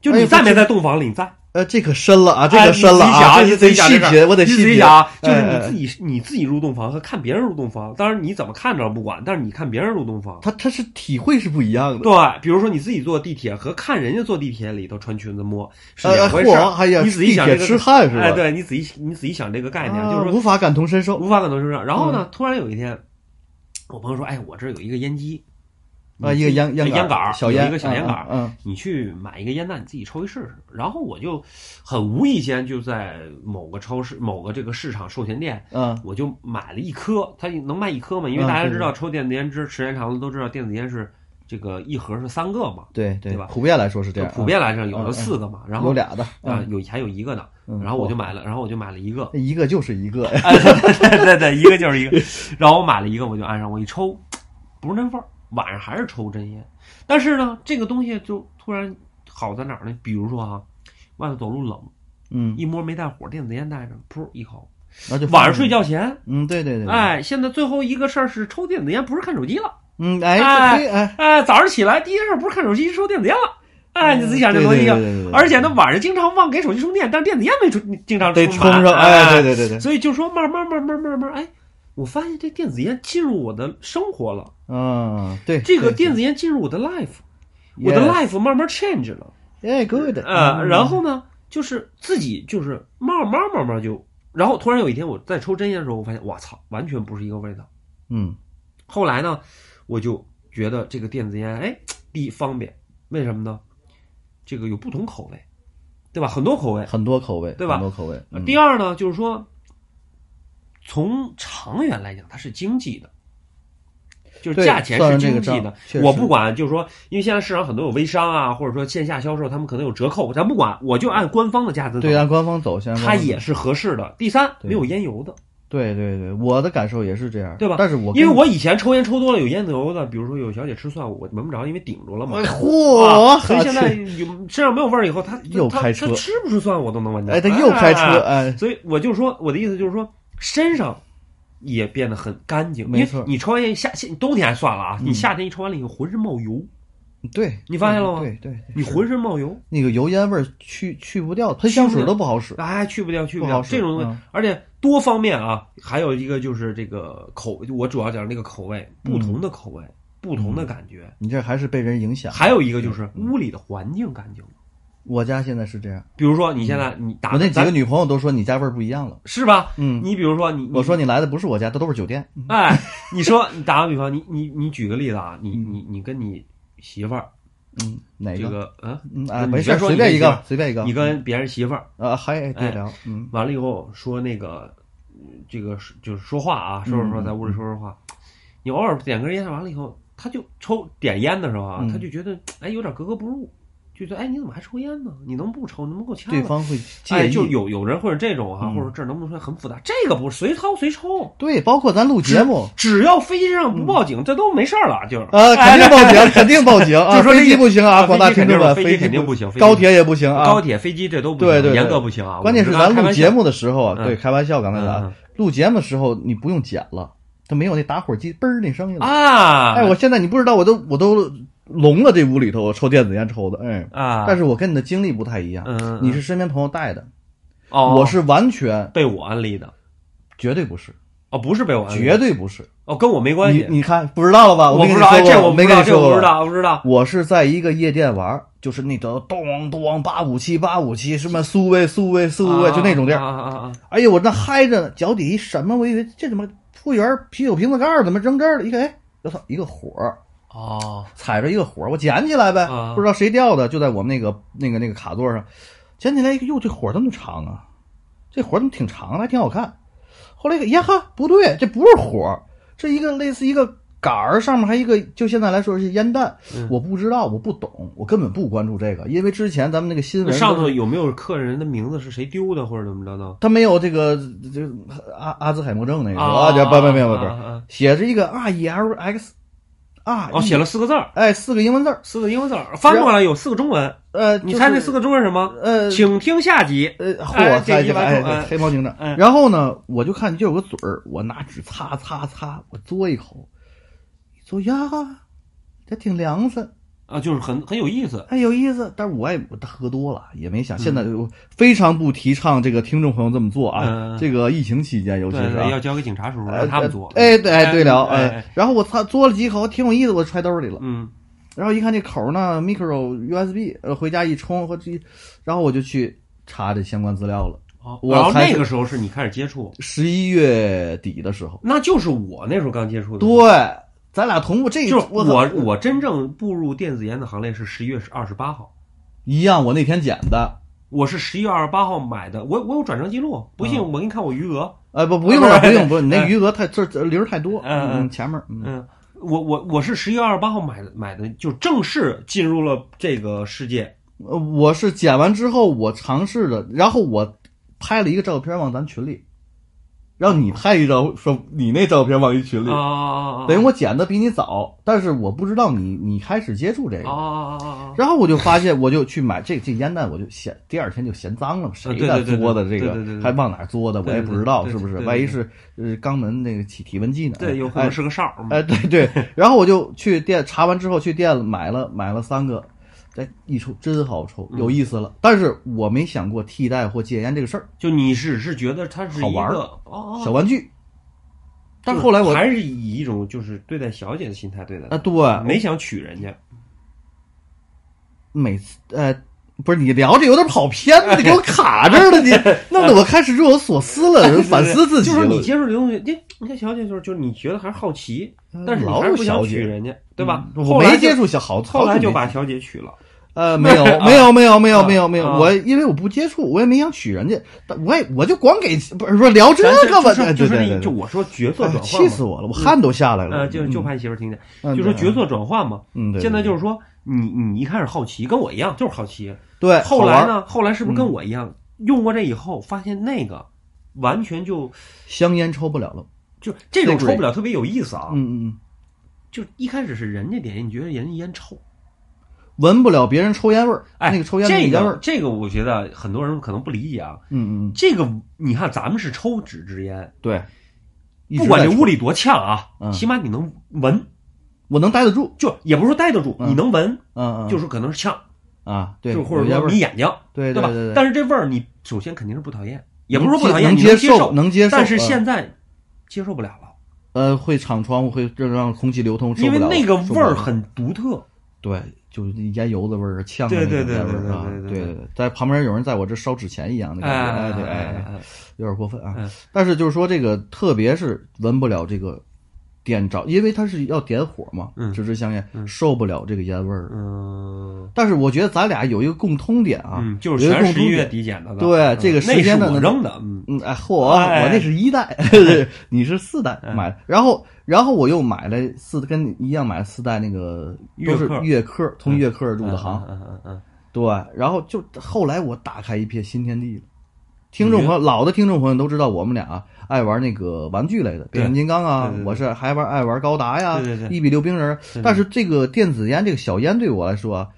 Speaker 1: 就
Speaker 2: 哎
Speaker 1: 你
Speaker 2: 不
Speaker 1: 在没
Speaker 2: 是
Speaker 1: 在洞房里，你在。
Speaker 2: 呃，这可深了啊，这
Speaker 1: 哎
Speaker 2: 个
Speaker 1: 你
Speaker 2: 深了啊，
Speaker 1: 你
Speaker 2: 这
Speaker 1: 自己
Speaker 2: 得
Speaker 1: 想，
Speaker 2: 细
Speaker 1: 你自己想这事儿
Speaker 2: 品，我得
Speaker 1: 你
Speaker 2: 细
Speaker 1: 自己
Speaker 2: 品
Speaker 1: 想啊，就是
Speaker 2: 哎
Speaker 1: 你
Speaker 2: 哎
Speaker 1: 自己你自己入洞房和看别人入洞房，当然你怎么看着不管，但是你看别人入洞房，
Speaker 2: 它它是体会是不一样的。
Speaker 1: 对，比如说你自己坐地铁和看人家坐地铁里头穿裙子摸是
Speaker 2: 呃，
Speaker 1: 两回事儿
Speaker 2: 嚯，哎呀，
Speaker 1: 你仔细
Speaker 2: 地
Speaker 1: 想
Speaker 2: 铁
Speaker 1: 这个
Speaker 2: 痴汉是吧？
Speaker 1: 哎，对你仔细你仔细想这个概念，
Speaker 2: 啊嗯
Speaker 1: 就是
Speaker 2: 无
Speaker 1: 说
Speaker 2: 法感同身受。
Speaker 1: 无法感同身受。然后呢，突然有一天，我朋友说，哎，我这儿有一个烟机
Speaker 2: 啊，一个烟烟
Speaker 1: 烟
Speaker 2: 杆
Speaker 1: 杆
Speaker 2: 儿
Speaker 1: 儿
Speaker 2: 小
Speaker 1: 有
Speaker 2: 烟
Speaker 1: 一个小烟杆儿
Speaker 2: 嗯，
Speaker 1: 你去买一个烟弹，你自己抽一试试。然后我就很无意间就在某个超市、某个这个市场售钱店，
Speaker 2: 嗯嗯
Speaker 1: 我就买了一颗，它能卖一颗嘛？因为啊
Speaker 2: 嗯
Speaker 1: 大家
Speaker 2: 是
Speaker 1: 知道抽电子烟之时间长了都知道电子烟是这个一盒是三个嘛，
Speaker 2: 对对
Speaker 1: 对吧
Speaker 2: 普遍来说是这
Speaker 1: 就
Speaker 2: 样，
Speaker 1: 普遍来讲有
Speaker 2: 嗯嗯
Speaker 1: 的四个嘛，然
Speaker 2: 嗯
Speaker 1: 后
Speaker 2: 有俩的，
Speaker 1: 啊
Speaker 2: 嗯，
Speaker 1: 有还有一个呢，
Speaker 2: 嗯，
Speaker 1: 然后我就买了，然后我就买了一个
Speaker 2: 一个就是
Speaker 1: (laughs)
Speaker 2: 一个呀，
Speaker 1: 哎对对对对，一个就是
Speaker 2: (laughs)
Speaker 1: 一个，然后我买了一个我就按上，我一抽，不是那味儿，晚上还是抽真烟，但是呢，这个东西就突然好在哪儿呢？比如说啊，外头走路冷，
Speaker 2: 嗯，
Speaker 1: 一摸没带火，电子烟带着，噗一口，
Speaker 2: 然后就
Speaker 1: 晚上睡
Speaker 2: 觉，
Speaker 1: 觉前，
Speaker 2: 嗯，对对对，对，
Speaker 1: 哎，现在最后一个事儿是抽电子烟，不是看手机
Speaker 2: (laughs)
Speaker 1: 了。
Speaker 2: 嗯，哎，
Speaker 1: 哎
Speaker 2: 这嘿哎，
Speaker 1: 哎，早上起来第一件事不是看手机，抽电子烟了。哎，你自己想这
Speaker 2: 对
Speaker 1: 东西
Speaker 2: 对
Speaker 1: 啊
Speaker 2: 对对对，
Speaker 1: 而且呢，晚上经常忘给手机充电，但是电子烟没充，经常
Speaker 2: 得
Speaker 1: 充
Speaker 2: 充
Speaker 1: 满
Speaker 2: 上，哎，对
Speaker 1: 对
Speaker 2: 对对对，
Speaker 1: 所以就说慢慢慢慢慢慢，哎，我发现这电子烟进入我的生活了，
Speaker 2: 嗯，对，
Speaker 1: 这个电子烟进入我的 life，我的 life 慢慢 change 了，
Speaker 2: 哎，good，
Speaker 1: 呃，
Speaker 2: 嗯
Speaker 1: 然后呢，就是自己就是慢慢慢慢就，然后突然有一天我在抽真烟的时候，我发现我操，完全不是一个味道。
Speaker 2: 嗯，
Speaker 1: 后来呢，我就觉得这个电子烟，哎，第一方便，为什么呢？这个有不同口味，对吧？很多口味。
Speaker 2: 很多口味，
Speaker 1: 对吧
Speaker 2: 很多口味，嗯
Speaker 1: 第二呢，就是说，从长远来讲，它是经济的，就是价钱
Speaker 2: 对
Speaker 1: 是
Speaker 2: 算上这
Speaker 1: 经
Speaker 2: 个
Speaker 1: 济
Speaker 2: 账
Speaker 1: 的
Speaker 2: 确。实
Speaker 1: 我不管，就是说，因为现在市场很多有微商啊，或者说线下销售，他们可能有折扣，咱不管，我就按官方的价格走
Speaker 2: 对，，按官方走向，
Speaker 1: 它也是合适的。第三，
Speaker 2: 对
Speaker 1: 没有烟油的，
Speaker 2: 对对对，我的感受也是这样，
Speaker 1: 对吧
Speaker 2: 但是我
Speaker 1: 因为
Speaker 2: 跟
Speaker 1: 我以前抽烟抽多了有烟油的，比如说有小姐吃蒜，我闻不着，因为顶住了嘛。
Speaker 2: 哎嚯，
Speaker 1: 啊所以现在
Speaker 2: 好气
Speaker 1: 有身上没有味儿以后，他
Speaker 2: 又
Speaker 1: 他
Speaker 2: 开车
Speaker 1: 他吃不吃蒜我都能闻到。
Speaker 2: 哎，他又开车，
Speaker 1: 啊
Speaker 2: 哎，
Speaker 1: 所以我就说我的意思就是说，身上也变得很干净。
Speaker 2: 没错
Speaker 1: 因为你抽完烟夏夏冬天还算了啊，
Speaker 2: 嗯
Speaker 1: 你夏天一抽完了以后浑身冒油，
Speaker 2: 对，
Speaker 1: 你发现了吗
Speaker 2: 对对，对
Speaker 1: 你浑身冒油，
Speaker 2: 那个油烟味儿去去不掉，喷香水都不好使，
Speaker 1: 哎，去不掉去
Speaker 2: 不
Speaker 1: 掉
Speaker 2: 好使
Speaker 1: 这种东西，
Speaker 2: 嗯
Speaker 1: 而且多方面啊，还有一个就是这个口，我主要讲那个口味，不同
Speaker 2: 嗯
Speaker 1: 的口味，不同的感觉。
Speaker 2: 你这还是被人影响。
Speaker 1: 还有一个就是
Speaker 2: 嗯
Speaker 1: 屋里的环境干净，
Speaker 2: 我家现在是这样，
Speaker 1: 比如说你现在你打
Speaker 2: 嗯我那几个
Speaker 1: 咱
Speaker 2: 女朋友都说你家味儿不一样了。
Speaker 1: 是吧？
Speaker 2: 嗯，
Speaker 1: 你比如说你，你
Speaker 2: 我说你来的不是我家，这都是酒店。
Speaker 1: 哎，你说你打个比方，你你你举个例子啊，你你你跟你媳妇儿
Speaker 2: 嗯，哪
Speaker 1: 这个啊，
Speaker 2: 嗯
Speaker 1: 就
Speaker 2: 啊，
Speaker 1: 是
Speaker 2: 没
Speaker 1: 你
Speaker 2: 事
Speaker 1: 先
Speaker 2: 儿，
Speaker 1: 说
Speaker 2: 随
Speaker 1: 你
Speaker 2: 便
Speaker 1: 这
Speaker 2: 一
Speaker 1: 媳妇
Speaker 2: 个
Speaker 1: 儿，
Speaker 2: 随便一个。
Speaker 1: 你跟别人媳妇儿
Speaker 2: 啊，还哎
Speaker 1: 哎
Speaker 2: 别聊，嗯，
Speaker 1: 完了以后说那个，嗯这个是就是说话啊，说着说
Speaker 2: 嗯嗯
Speaker 1: 在屋里说说话，你偶尔点根烟，完了以后，他就抽点烟的时候啊，
Speaker 2: 嗯
Speaker 1: 他就觉得哎有点格格不入，就觉得哎你怎么还抽烟呢？你能不抽？你能不给我掐
Speaker 2: 对
Speaker 1: 了？
Speaker 2: 方会
Speaker 1: 哎，
Speaker 2: 介
Speaker 1: 就
Speaker 2: 意。
Speaker 1: 有有人或者这种啊，
Speaker 2: 嗯
Speaker 1: 或者说这能不能说很复杂？这个不是随掏随抽，
Speaker 2: 对，包括咱录
Speaker 1: (laughs)
Speaker 2: 节目
Speaker 1: 只要飞机上不报警，这都没事儿了，就是
Speaker 2: 嗯啊，肯定
Speaker 1: 哎
Speaker 2: 报警，肯定报警啊！
Speaker 1: (laughs) 就说
Speaker 2: 飞
Speaker 1: 这
Speaker 2: 机
Speaker 1: 个
Speaker 2: 不行啊，
Speaker 1: 啊
Speaker 2: 广大听众们，
Speaker 1: 飞机
Speaker 2: 飞
Speaker 1: 肯定不
Speaker 2: 行，
Speaker 1: 行，飞机
Speaker 2: 高铁也不行啊，
Speaker 1: 高铁、飞机这都不行，
Speaker 2: 对对对
Speaker 1: 严格不行啊。
Speaker 2: 关键是咱录节目的时候啊，
Speaker 1: 嗯
Speaker 2: 对，开玩笑，刚
Speaker 1: 我
Speaker 2: 才
Speaker 1: 们刚才
Speaker 2: 咱
Speaker 1: 开玩
Speaker 2: 录节目的时候你不用剪了，它没有那打火机嘣儿那声音
Speaker 1: 笑
Speaker 2: 了。
Speaker 1: 啊，
Speaker 2: 哎，我现在你不知道，我都我都聋了，这屋里头我抽电子烟抽的，哎，
Speaker 1: 啊，
Speaker 2: 但
Speaker 1: 是
Speaker 2: 是我跟你的经历不太一样，
Speaker 1: 嗯嗯嗯
Speaker 2: 你是身边朋友带的，
Speaker 1: 哦，
Speaker 2: 我是完全
Speaker 1: 被我安利的
Speaker 2: 绝对不是，
Speaker 1: 哦，不是被我安利，
Speaker 2: 绝对不是。
Speaker 1: 哦跟我没关
Speaker 2: 你
Speaker 1: 系，
Speaker 2: 你看不知道了吧？
Speaker 1: 我
Speaker 2: 没
Speaker 1: 不知
Speaker 2: 跟你
Speaker 1: 道，哎
Speaker 2: 说
Speaker 1: 这
Speaker 2: 过，
Speaker 1: 我
Speaker 2: 我
Speaker 1: 不
Speaker 2: 没
Speaker 1: 知
Speaker 2: 跟
Speaker 1: 道，
Speaker 2: 你
Speaker 1: 这
Speaker 2: 说
Speaker 1: 我
Speaker 2: 过
Speaker 1: 不知
Speaker 2: 吧。
Speaker 1: 道，我不知道。
Speaker 2: 我是在一个夜店玩儿，就是那种咚咚八五七八五七，什么苏威苏威苏威，就那种地儿。
Speaker 1: 啊啊啊啊！
Speaker 2: 哎呦，我那嗨着呢，脚底一什么？我以为这怎么服务员啤酒瓶子盖儿怎么扔这儿了？一看，哎，我操，一个火儿，
Speaker 1: 哦，
Speaker 2: 踩着一个火儿，我捡起来呗，
Speaker 1: 啊
Speaker 2: 不知道谁掉的，就在我们那个那个那个卡座上，捡起来一个，哟，这火儿这么长啊，这火儿怎么挺长啊的，还挺好看。后来一个呀哈，不对，这不是火儿，这一个类似一个杆儿，上面还一个，就现在来说是烟弹，
Speaker 1: 嗯
Speaker 2: 我不知道，我不懂，我根本不关注这个，因为之前咱们那个新
Speaker 1: 那
Speaker 2: 闻
Speaker 1: 上
Speaker 2: 都
Speaker 1: 头
Speaker 2: 是
Speaker 1: 有没有客人的名字是谁丢的或者怎么着呢？
Speaker 2: 他没有这个这这阿阿兹海默症那个
Speaker 1: 啊，
Speaker 2: 这不不没有不
Speaker 1: 啊
Speaker 2: 是，
Speaker 1: 啊啊
Speaker 2: 写着一个 R E L X，啊，
Speaker 1: 哦，写了四个字儿，
Speaker 2: 哎四个英文字儿，
Speaker 1: 四个英文字儿，翻过来有四个中文，
Speaker 2: 呃，
Speaker 1: 你
Speaker 2: 就是
Speaker 1: 猜那四个中文是什么？
Speaker 2: 呃
Speaker 1: 请听下集。
Speaker 2: 呃，嚯，
Speaker 1: 哎这
Speaker 2: 猜
Speaker 1: 一
Speaker 2: 起来，
Speaker 1: 般
Speaker 2: 哎，
Speaker 1: 中哎
Speaker 2: 对黑猫警长。
Speaker 1: 嗯
Speaker 2: 然后呢，我就看就有个嘴儿，我拿纸擦擦擦，我嘬一口，一嘬呀，这挺凉快，
Speaker 1: 啊，就是很很有意思。
Speaker 2: 哎，有意思。但是我也我喝多了，也没想。现在我非常不提倡这个听众朋友这么做啊
Speaker 1: 嗯，
Speaker 2: 这个疫情期间尤其
Speaker 1: 对
Speaker 2: 是啊
Speaker 1: 对，要交给警察叔叔，
Speaker 2: 哎
Speaker 1: 让他们做。
Speaker 2: 哎，对，哎对了，
Speaker 1: 哎
Speaker 2: 哎，然后我擦嘬了几口，挺有意思，我揣兜里了。
Speaker 1: 嗯
Speaker 2: 然后一看这口儿呢，micro USB，呃，回家一充和这，然后我就去查这相关资料了。
Speaker 1: 哦，
Speaker 2: 我
Speaker 1: 然后
Speaker 2: 还
Speaker 1: 那
Speaker 2: 是
Speaker 1: 个时候是你开始接触，
Speaker 2: 十一月底的时候，
Speaker 1: 那就是我那时候刚接触的。
Speaker 2: 对，，咱俩同 (laughs) 步，这
Speaker 1: 就是
Speaker 2: 我
Speaker 1: 我
Speaker 2: 操
Speaker 1: 我真正步入电子烟的行列是十一月二十八号，
Speaker 2: 一样，我那天捡的，
Speaker 1: 我是十一月二十八号买的，我我有转账记录，不信
Speaker 2: 嗯
Speaker 1: 我给你看我余额。
Speaker 2: 呃，不不用
Speaker 1: 啊
Speaker 2: 了，
Speaker 1: 不
Speaker 2: 不
Speaker 1: 是
Speaker 2: 用，不用，你那
Speaker 1: 哎
Speaker 2: 余额太这这零儿太多，
Speaker 1: 嗯嗯
Speaker 2: 嗯，前面儿嗯
Speaker 1: 嗯，我我我是十一月二十八号买的买的，就正式进入了这个世界。
Speaker 2: 呃我是捡完之后我尝试的，然后我拍了一个照片往咱群里，让你拍一张，说你那照片往一群里
Speaker 1: 啊，啊啊！
Speaker 2: 等于我捡的比你早，但是我不知道你你开始接触这
Speaker 1: 啊
Speaker 2: 个。
Speaker 1: 啊啊啊！
Speaker 2: 然后我就发现，我就去买这这烟弹，我就嫌第二天就嫌脏了嘛，谁
Speaker 1: 啊对
Speaker 2: 的
Speaker 1: 对对
Speaker 2: 作的这
Speaker 1: 对对对
Speaker 2: 个
Speaker 1: 对
Speaker 2: 还往哪儿作的，我也不知道
Speaker 1: 对
Speaker 2: 是
Speaker 1: 对对
Speaker 2: 不是
Speaker 1: 对，对
Speaker 2: 万一是呃肛门那个起体温计呢？
Speaker 1: 对，有可
Speaker 2: 哎
Speaker 1: 能是个哨儿嘛。
Speaker 2: 哎 (laughs) 对对，然后我就去店查完之后去店买了买了三个，哎一抽真好抽，
Speaker 1: 嗯
Speaker 2: 有意思了。但是我没想过替代或戒烟这个事儿，
Speaker 1: 就你只是觉得它是
Speaker 2: 好
Speaker 1: 一
Speaker 2: 玩儿
Speaker 1: 个哦哦，
Speaker 2: 小玩具。但是后来我
Speaker 1: 还是以一种就是对待小姐的心态对待
Speaker 2: 啊
Speaker 1: 她，
Speaker 2: 对，
Speaker 1: 没想娶人家。
Speaker 2: 每次呃，不是你聊着有点跑偏了，你给我卡这儿
Speaker 1: (laughs)
Speaker 2: 了，你弄得我开始若有所思了，反思自己
Speaker 1: 就是
Speaker 2: 了。
Speaker 1: 你接触这东西，你你看小姐就是就是你觉得还是好奇，但是你
Speaker 2: 嗯老
Speaker 1: 还是
Speaker 2: 有
Speaker 1: 不想
Speaker 2: 小
Speaker 1: 娶
Speaker 2: 姐
Speaker 1: 人家，对吧？
Speaker 2: 嗯我
Speaker 1: 后来
Speaker 2: 没
Speaker 1: 就
Speaker 2: 接触小好，
Speaker 1: 后来
Speaker 2: 好久
Speaker 1: 就
Speaker 2: 没
Speaker 1: 把小姐娶了。
Speaker 2: 呃，没有，没有，没有，没有，没有，没有。
Speaker 1: (laughs) 啊
Speaker 2: 我因为我不接触，我也没想娶人家，但我也我就光给不是说聊这
Speaker 1: 咱
Speaker 2: 个吧，哎
Speaker 1: 就是就是
Speaker 2: 对对对
Speaker 1: 那
Speaker 2: 对
Speaker 1: 就
Speaker 2: 对，
Speaker 1: 我说角色转
Speaker 2: 哎
Speaker 1: 换嘛，
Speaker 2: 气死我了，我汗都下来了。
Speaker 1: 呃，就就怕你媳妇儿听见，
Speaker 2: 嗯
Speaker 1: 就说
Speaker 2: 对
Speaker 1: 角色转换嘛。
Speaker 2: 嗯，对，
Speaker 1: 现在
Speaker 2: 对
Speaker 1: 就是说，你你一开始好奇，跟我一样就是好奇，
Speaker 2: 对。
Speaker 1: 后
Speaker 2: 哎好玩
Speaker 1: 来
Speaker 2: 儿？嗯
Speaker 1: 呢，后来是不是跟我一样用过这以后，发现那个完全就
Speaker 2: 香烟抽不了了。
Speaker 1: 就这种
Speaker 2: Favorite
Speaker 1: 抽不了特别有意思啊。
Speaker 2: 嗯嗯
Speaker 1: 就一开始是人家点，你觉得人家烟臭，
Speaker 2: 嗯，闻不了别人抽烟味儿，
Speaker 1: 哎，
Speaker 2: 那个抽烟的
Speaker 1: 这
Speaker 2: 烟味儿
Speaker 1: 个。这个我觉得很多人可能不理解啊。
Speaker 2: 嗯嗯，
Speaker 1: 这个你看，咱们是抽纸质烟，
Speaker 2: 对。一
Speaker 1: 不
Speaker 2: 直
Speaker 1: 管
Speaker 2: 在
Speaker 1: 这
Speaker 2: 抽
Speaker 1: 屋里多呛啊，
Speaker 2: 嗯
Speaker 1: 起码你能闻，
Speaker 2: 我能待得住。
Speaker 1: 就也不是说待得住，
Speaker 2: 嗯
Speaker 1: 你能闻，
Speaker 2: 嗯嗯，
Speaker 1: 就是是可能是呛，
Speaker 2: 啊，对，
Speaker 1: 就或者
Speaker 2: 有烟味
Speaker 1: 说
Speaker 2: 儿
Speaker 1: 迷眼睛，
Speaker 2: 对
Speaker 1: 吧
Speaker 2: 对对，？
Speaker 1: 但
Speaker 2: 是
Speaker 1: 是这味儿你首先肯定是不讨厌，也不是说不
Speaker 2: 能
Speaker 1: 讨厌，
Speaker 2: 能
Speaker 1: 你能
Speaker 2: 接
Speaker 1: 接受，
Speaker 2: 能接受。
Speaker 1: 但是
Speaker 2: 嗯
Speaker 1: 现在接受不了了，
Speaker 2: 呃会敞窗户，会让让空气流通，受
Speaker 1: 因
Speaker 2: 不
Speaker 1: 为
Speaker 2: 了
Speaker 1: 那个
Speaker 2: 受不
Speaker 1: 味
Speaker 2: 了
Speaker 1: 儿很独特。
Speaker 2: 对，就是烟油子味儿，呛的
Speaker 1: 对对
Speaker 2: 那种
Speaker 1: 对
Speaker 2: 烟味
Speaker 1: 对
Speaker 2: 儿啊，
Speaker 1: 对对对
Speaker 2: 对对，在旁边有人在我这烧纸钱一样的感觉，哎对哎，哎
Speaker 1: 哎，
Speaker 2: 有点过分啊
Speaker 1: 嗯。
Speaker 2: 但是就是说这个，特别是闻不了这个点着，因为它是要点火嘛
Speaker 1: 嗯，
Speaker 2: 纸质香烟
Speaker 1: 嗯
Speaker 2: 受不了这个烟味儿。
Speaker 1: 嗯
Speaker 2: 但是我觉得咱俩有一个共通点啊
Speaker 1: 嗯，，就是
Speaker 2: 有一个
Speaker 1: 全
Speaker 2: 共
Speaker 1: 十
Speaker 2: 通
Speaker 1: 一
Speaker 2: 点
Speaker 1: 月底捡到的，
Speaker 2: 对
Speaker 1: 嗯
Speaker 2: 这个
Speaker 1: 那
Speaker 2: 时间
Speaker 1: 是
Speaker 2: 的
Speaker 1: 我
Speaker 2: 那
Speaker 1: 扔的，嗯
Speaker 2: 嗯，哎，嚯，
Speaker 1: 哎
Speaker 2: 我那是一
Speaker 1: (laughs)
Speaker 2: 代，你是四代
Speaker 1: 哎
Speaker 2: 买的，然后然后我又买了四，跟你一样买了四代那个
Speaker 1: 悦
Speaker 2: 都是
Speaker 1: 刻
Speaker 2: 悦刻，从悦刻入的行，
Speaker 1: 嗯嗯嗯
Speaker 2: 对，然后就后来我打开一片新天地了。听众朋友，老的听众朋友都知道，我们俩啊爱玩那个玩具类的，变形金刚啊
Speaker 1: 对对，对
Speaker 2: 我是还玩爱玩高达呀
Speaker 1: 对对，对
Speaker 2: 一比六冰人儿
Speaker 1: 对。对
Speaker 2: 但是这个电子烟，这个小烟对我来说啊，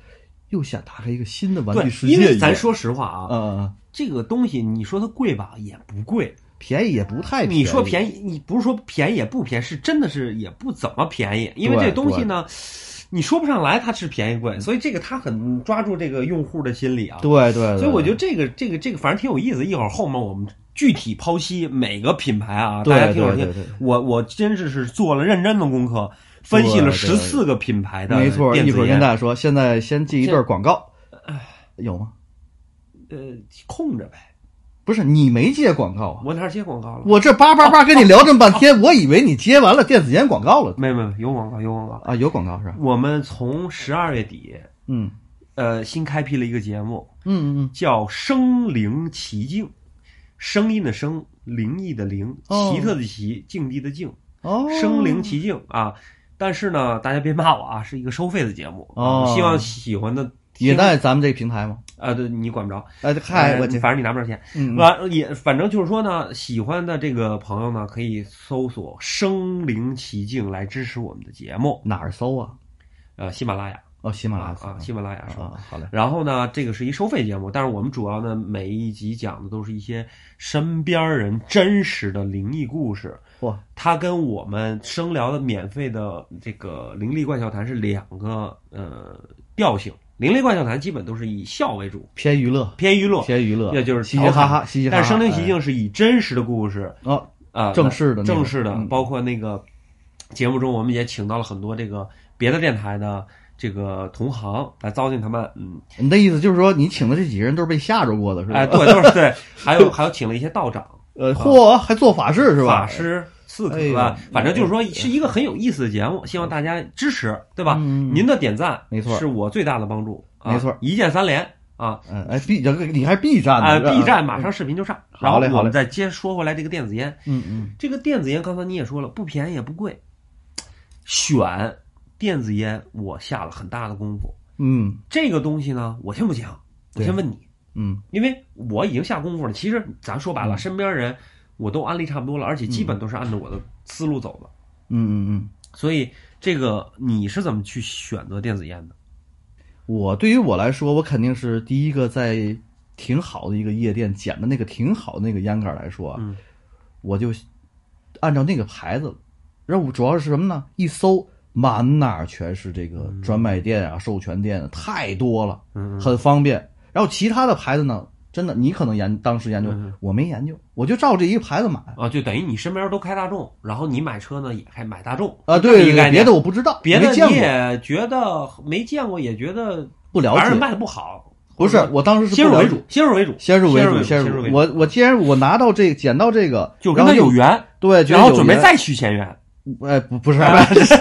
Speaker 2: 又想打开一个新的
Speaker 1: 嗯，
Speaker 2: 玩具世
Speaker 1: 对，
Speaker 2: 界
Speaker 1: 因
Speaker 2: 一样。
Speaker 1: 为咱说实话啊，
Speaker 2: 呃，
Speaker 1: 这个东西你说它贵吧，也不贵。
Speaker 2: 便宜也不太便宜。
Speaker 1: 你说便宜，你不是说便宜也不便宜，是真的是也不怎么便宜，因为
Speaker 2: 对
Speaker 1: 这东西呢，你说不上来它是便宜贵，所以这个它很抓住这个用户的心理啊。
Speaker 2: 对对，对
Speaker 1: 所以我觉得这个这个这个反正挺有意思，一会儿后面我们具体剖析每个品牌啊，
Speaker 2: 对
Speaker 1: 大家听会儿
Speaker 2: 对
Speaker 1: 听
Speaker 2: 对对。
Speaker 1: 我我真是是做了认真的功课，分析了
Speaker 2: 对
Speaker 1: 十
Speaker 2: 对
Speaker 1: 四个品牌的
Speaker 2: 没错，
Speaker 1: 电
Speaker 2: 一
Speaker 1: 子
Speaker 2: 会儿
Speaker 1: 烟
Speaker 2: 跟大家说，现在先记一段广告，有吗？
Speaker 1: 呃空着呗，
Speaker 2: 不是你没接广告啊，
Speaker 1: 我哪儿接广告了？
Speaker 2: 我这叭叭叭跟你聊这么半天，我以为你接完了电子烟广告了
Speaker 1: 没有没有有广告有广告。
Speaker 2: 啊，有广告是吧？
Speaker 1: 我们从十二月底，
Speaker 2: 嗯
Speaker 1: 呃，新开辟了一个节目，
Speaker 2: 嗯嗯
Speaker 1: 叫“声灵奇境”，声音的声，灵异的灵，
Speaker 2: 哦
Speaker 1: 奇特的奇，境地的境，
Speaker 2: 嗯，哦，
Speaker 1: 声灵奇境啊。但是呢，大家别骂我啊，是一个收费的节目啊。
Speaker 2: 哦
Speaker 1: 希望喜欢的听
Speaker 2: 也在咱们这个平台吗？
Speaker 1: 啊，对你管不着，
Speaker 2: 哎，嗨，
Speaker 1: 呃
Speaker 2: 我这
Speaker 1: 反正你拿不着钱。
Speaker 2: 嗯嗯
Speaker 1: 完也反正就是说呢，喜欢的这个朋友呢，可以搜索“声灵奇境”来支持我们的节目。
Speaker 2: 哪儿搜啊？
Speaker 1: 呃，喜马拉雅
Speaker 2: 哦，喜马拉雅
Speaker 1: 啊
Speaker 2: 搜
Speaker 1: 啊，喜马拉雅说。
Speaker 2: 啊，好嘞，
Speaker 1: 然后呢，这个是一收费节目，但是我们主要呢每一集讲的都是一些身边人真实的灵异故事，
Speaker 2: 嚯，
Speaker 1: 它跟我们生聊的免费的这个灵力怪笑谈是两个呃调性。灵力怪笑谈基本都是以笑为主，
Speaker 2: 偏娱乐，
Speaker 1: 偏娱乐，
Speaker 2: 偏娱乐，
Speaker 1: 那就是
Speaker 2: 嘻
Speaker 1: 调
Speaker 2: 嘻哈
Speaker 1: 侃
Speaker 2: 哈，嘻嘻哈哈。
Speaker 1: 但是生灵奇
Speaker 2: 哎
Speaker 1: 境是以真实的故事
Speaker 2: 哦，
Speaker 1: 啊、
Speaker 2: 正式的那种
Speaker 1: 正式的，
Speaker 2: 嗯
Speaker 1: 包括那个节目中我们也请到了很多这个别的电台的这个同行来糟践他们，嗯。
Speaker 2: 你的意思就是说，你请的这几个人都是被吓着过的，是吧？
Speaker 1: 哎，对，都是对，还有还有请了一些道长、
Speaker 2: 呃，嚯，还做法事是吧？
Speaker 1: 法师、刺客
Speaker 2: 哎呦
Speaker 1: 吧，反正就是说是一个很有意思的节目，希望大家支持，对吧？
Speaker 2: 嗯嗯嗯
Speaker 1: 您的点赞
Speaker 2: 没错
Speaker 1: 是我最大的帮助，啊
Speaker 2: 没错
Speaker 1: 一键三连啊。
Speaker 2: 嗯，哎，B 这个你还 B 站呢？
Speaker 1: 哎
Speaker 2: 是吧
Speaker 1: ，B 站马上视频就上，然
Speaker 2: 嗯好
Speaker 1: 后
Speaker 2: 嘞
Speaker 1: 我
Speaker 2: 好
Speaker 1: 们
Speaker 2: 嘞
Speaker 1: 再接说回来这个电子烟，
Speaker 2: 嗯嗯，
Speaker 1: 这个电子烟刚才你也说了不便宜也不贵，选电子烟我下了很大的功夫，
Speaker 2: 嗯
Speaker 1: 这个东西呢我先不讲，我
Speaker 2: 对
Speaker 1: 先问你，
Speaker 2: 嗯，
Speaker 1: 因为我已经下功夫了。其实咱说白了，身边人我都安利差不多了，而且基本
Speaker 2: 嗯
Speaker 1: 都是按照我的思路走的。
Speaker 2: 嗯嗯嗯，
Speaker 1: 所以这个你是怎么去选择电子烟的？
Speaker 2: 我对于我来说，我肯定是第一个在挺好的一个夜店捡的那个挺好的那个烟杆来说，啊
Speaker 1: 嗯，
Speaker 2: 我就按照那个牌子了。然后我主要是什么呢？一搜满哪儿全是这个专卖店啊、授权店啊，太多了，
Speaker 1: 嗯
Speaker 2: 很方便。然后其他的牌子呢，真的你可能研当时研究，
Speaker 1: 嗯
Speaker 2: 我没研究，我就照这一个牌子买。
Speaker 1: 啊，就等于你身边都开大众，然后你买车呢也开买大众
Speaker 2: 啊，
Speaker 1: 这么
Speaker 2: 对
Speaker 1: 一个概
Speaker 2: 对，
Speaker 1: 念
Speaker 2: 别的我不知道，
Speaker 1: 别
Speaker 2: 没
Speaker 1: 的
Speaker 2: 见
Speaker 1: 你
Speaker 2: 过，
Speaker 1: 也觉得没见过，也觉得
Speaker 2: 不了
Speaker 1: 反正
Speaker 2: 解。
Speaker 1: 卖的不好，
Speaker 2: 不是
Speaker 1: 或，者
Speaker 2: 我当时是
Speaker 1: 先
Speaker 2: 不
Speaker 1: 入
Speaker 2: 了
Speaker 1: 为
Speaker 2: 解
Speaker 1: 主，，先入为主，
Speaker 2: 先入为
Speaker 1: 主，
Speaker 2: 先
Speaker 1: 先
Speaker 2: 入
Speaker 1: 入为
Speaker 2: 我我既然我拿到这个，捡到这个，
Speaker 1: 就跟
Speaker 2: 然后
Speaker 1: 他有缘，
Speaker 2: 对，觉得
Speaker 1: 然后
Speaker 2: 有
Speaker 1: 准备
Speaker 2: 缘
Speaker 1: 再续前缘，
Speaker 2: 哎不不是，
Speaker 1: 啊
Speaker 2: 是 (laughs)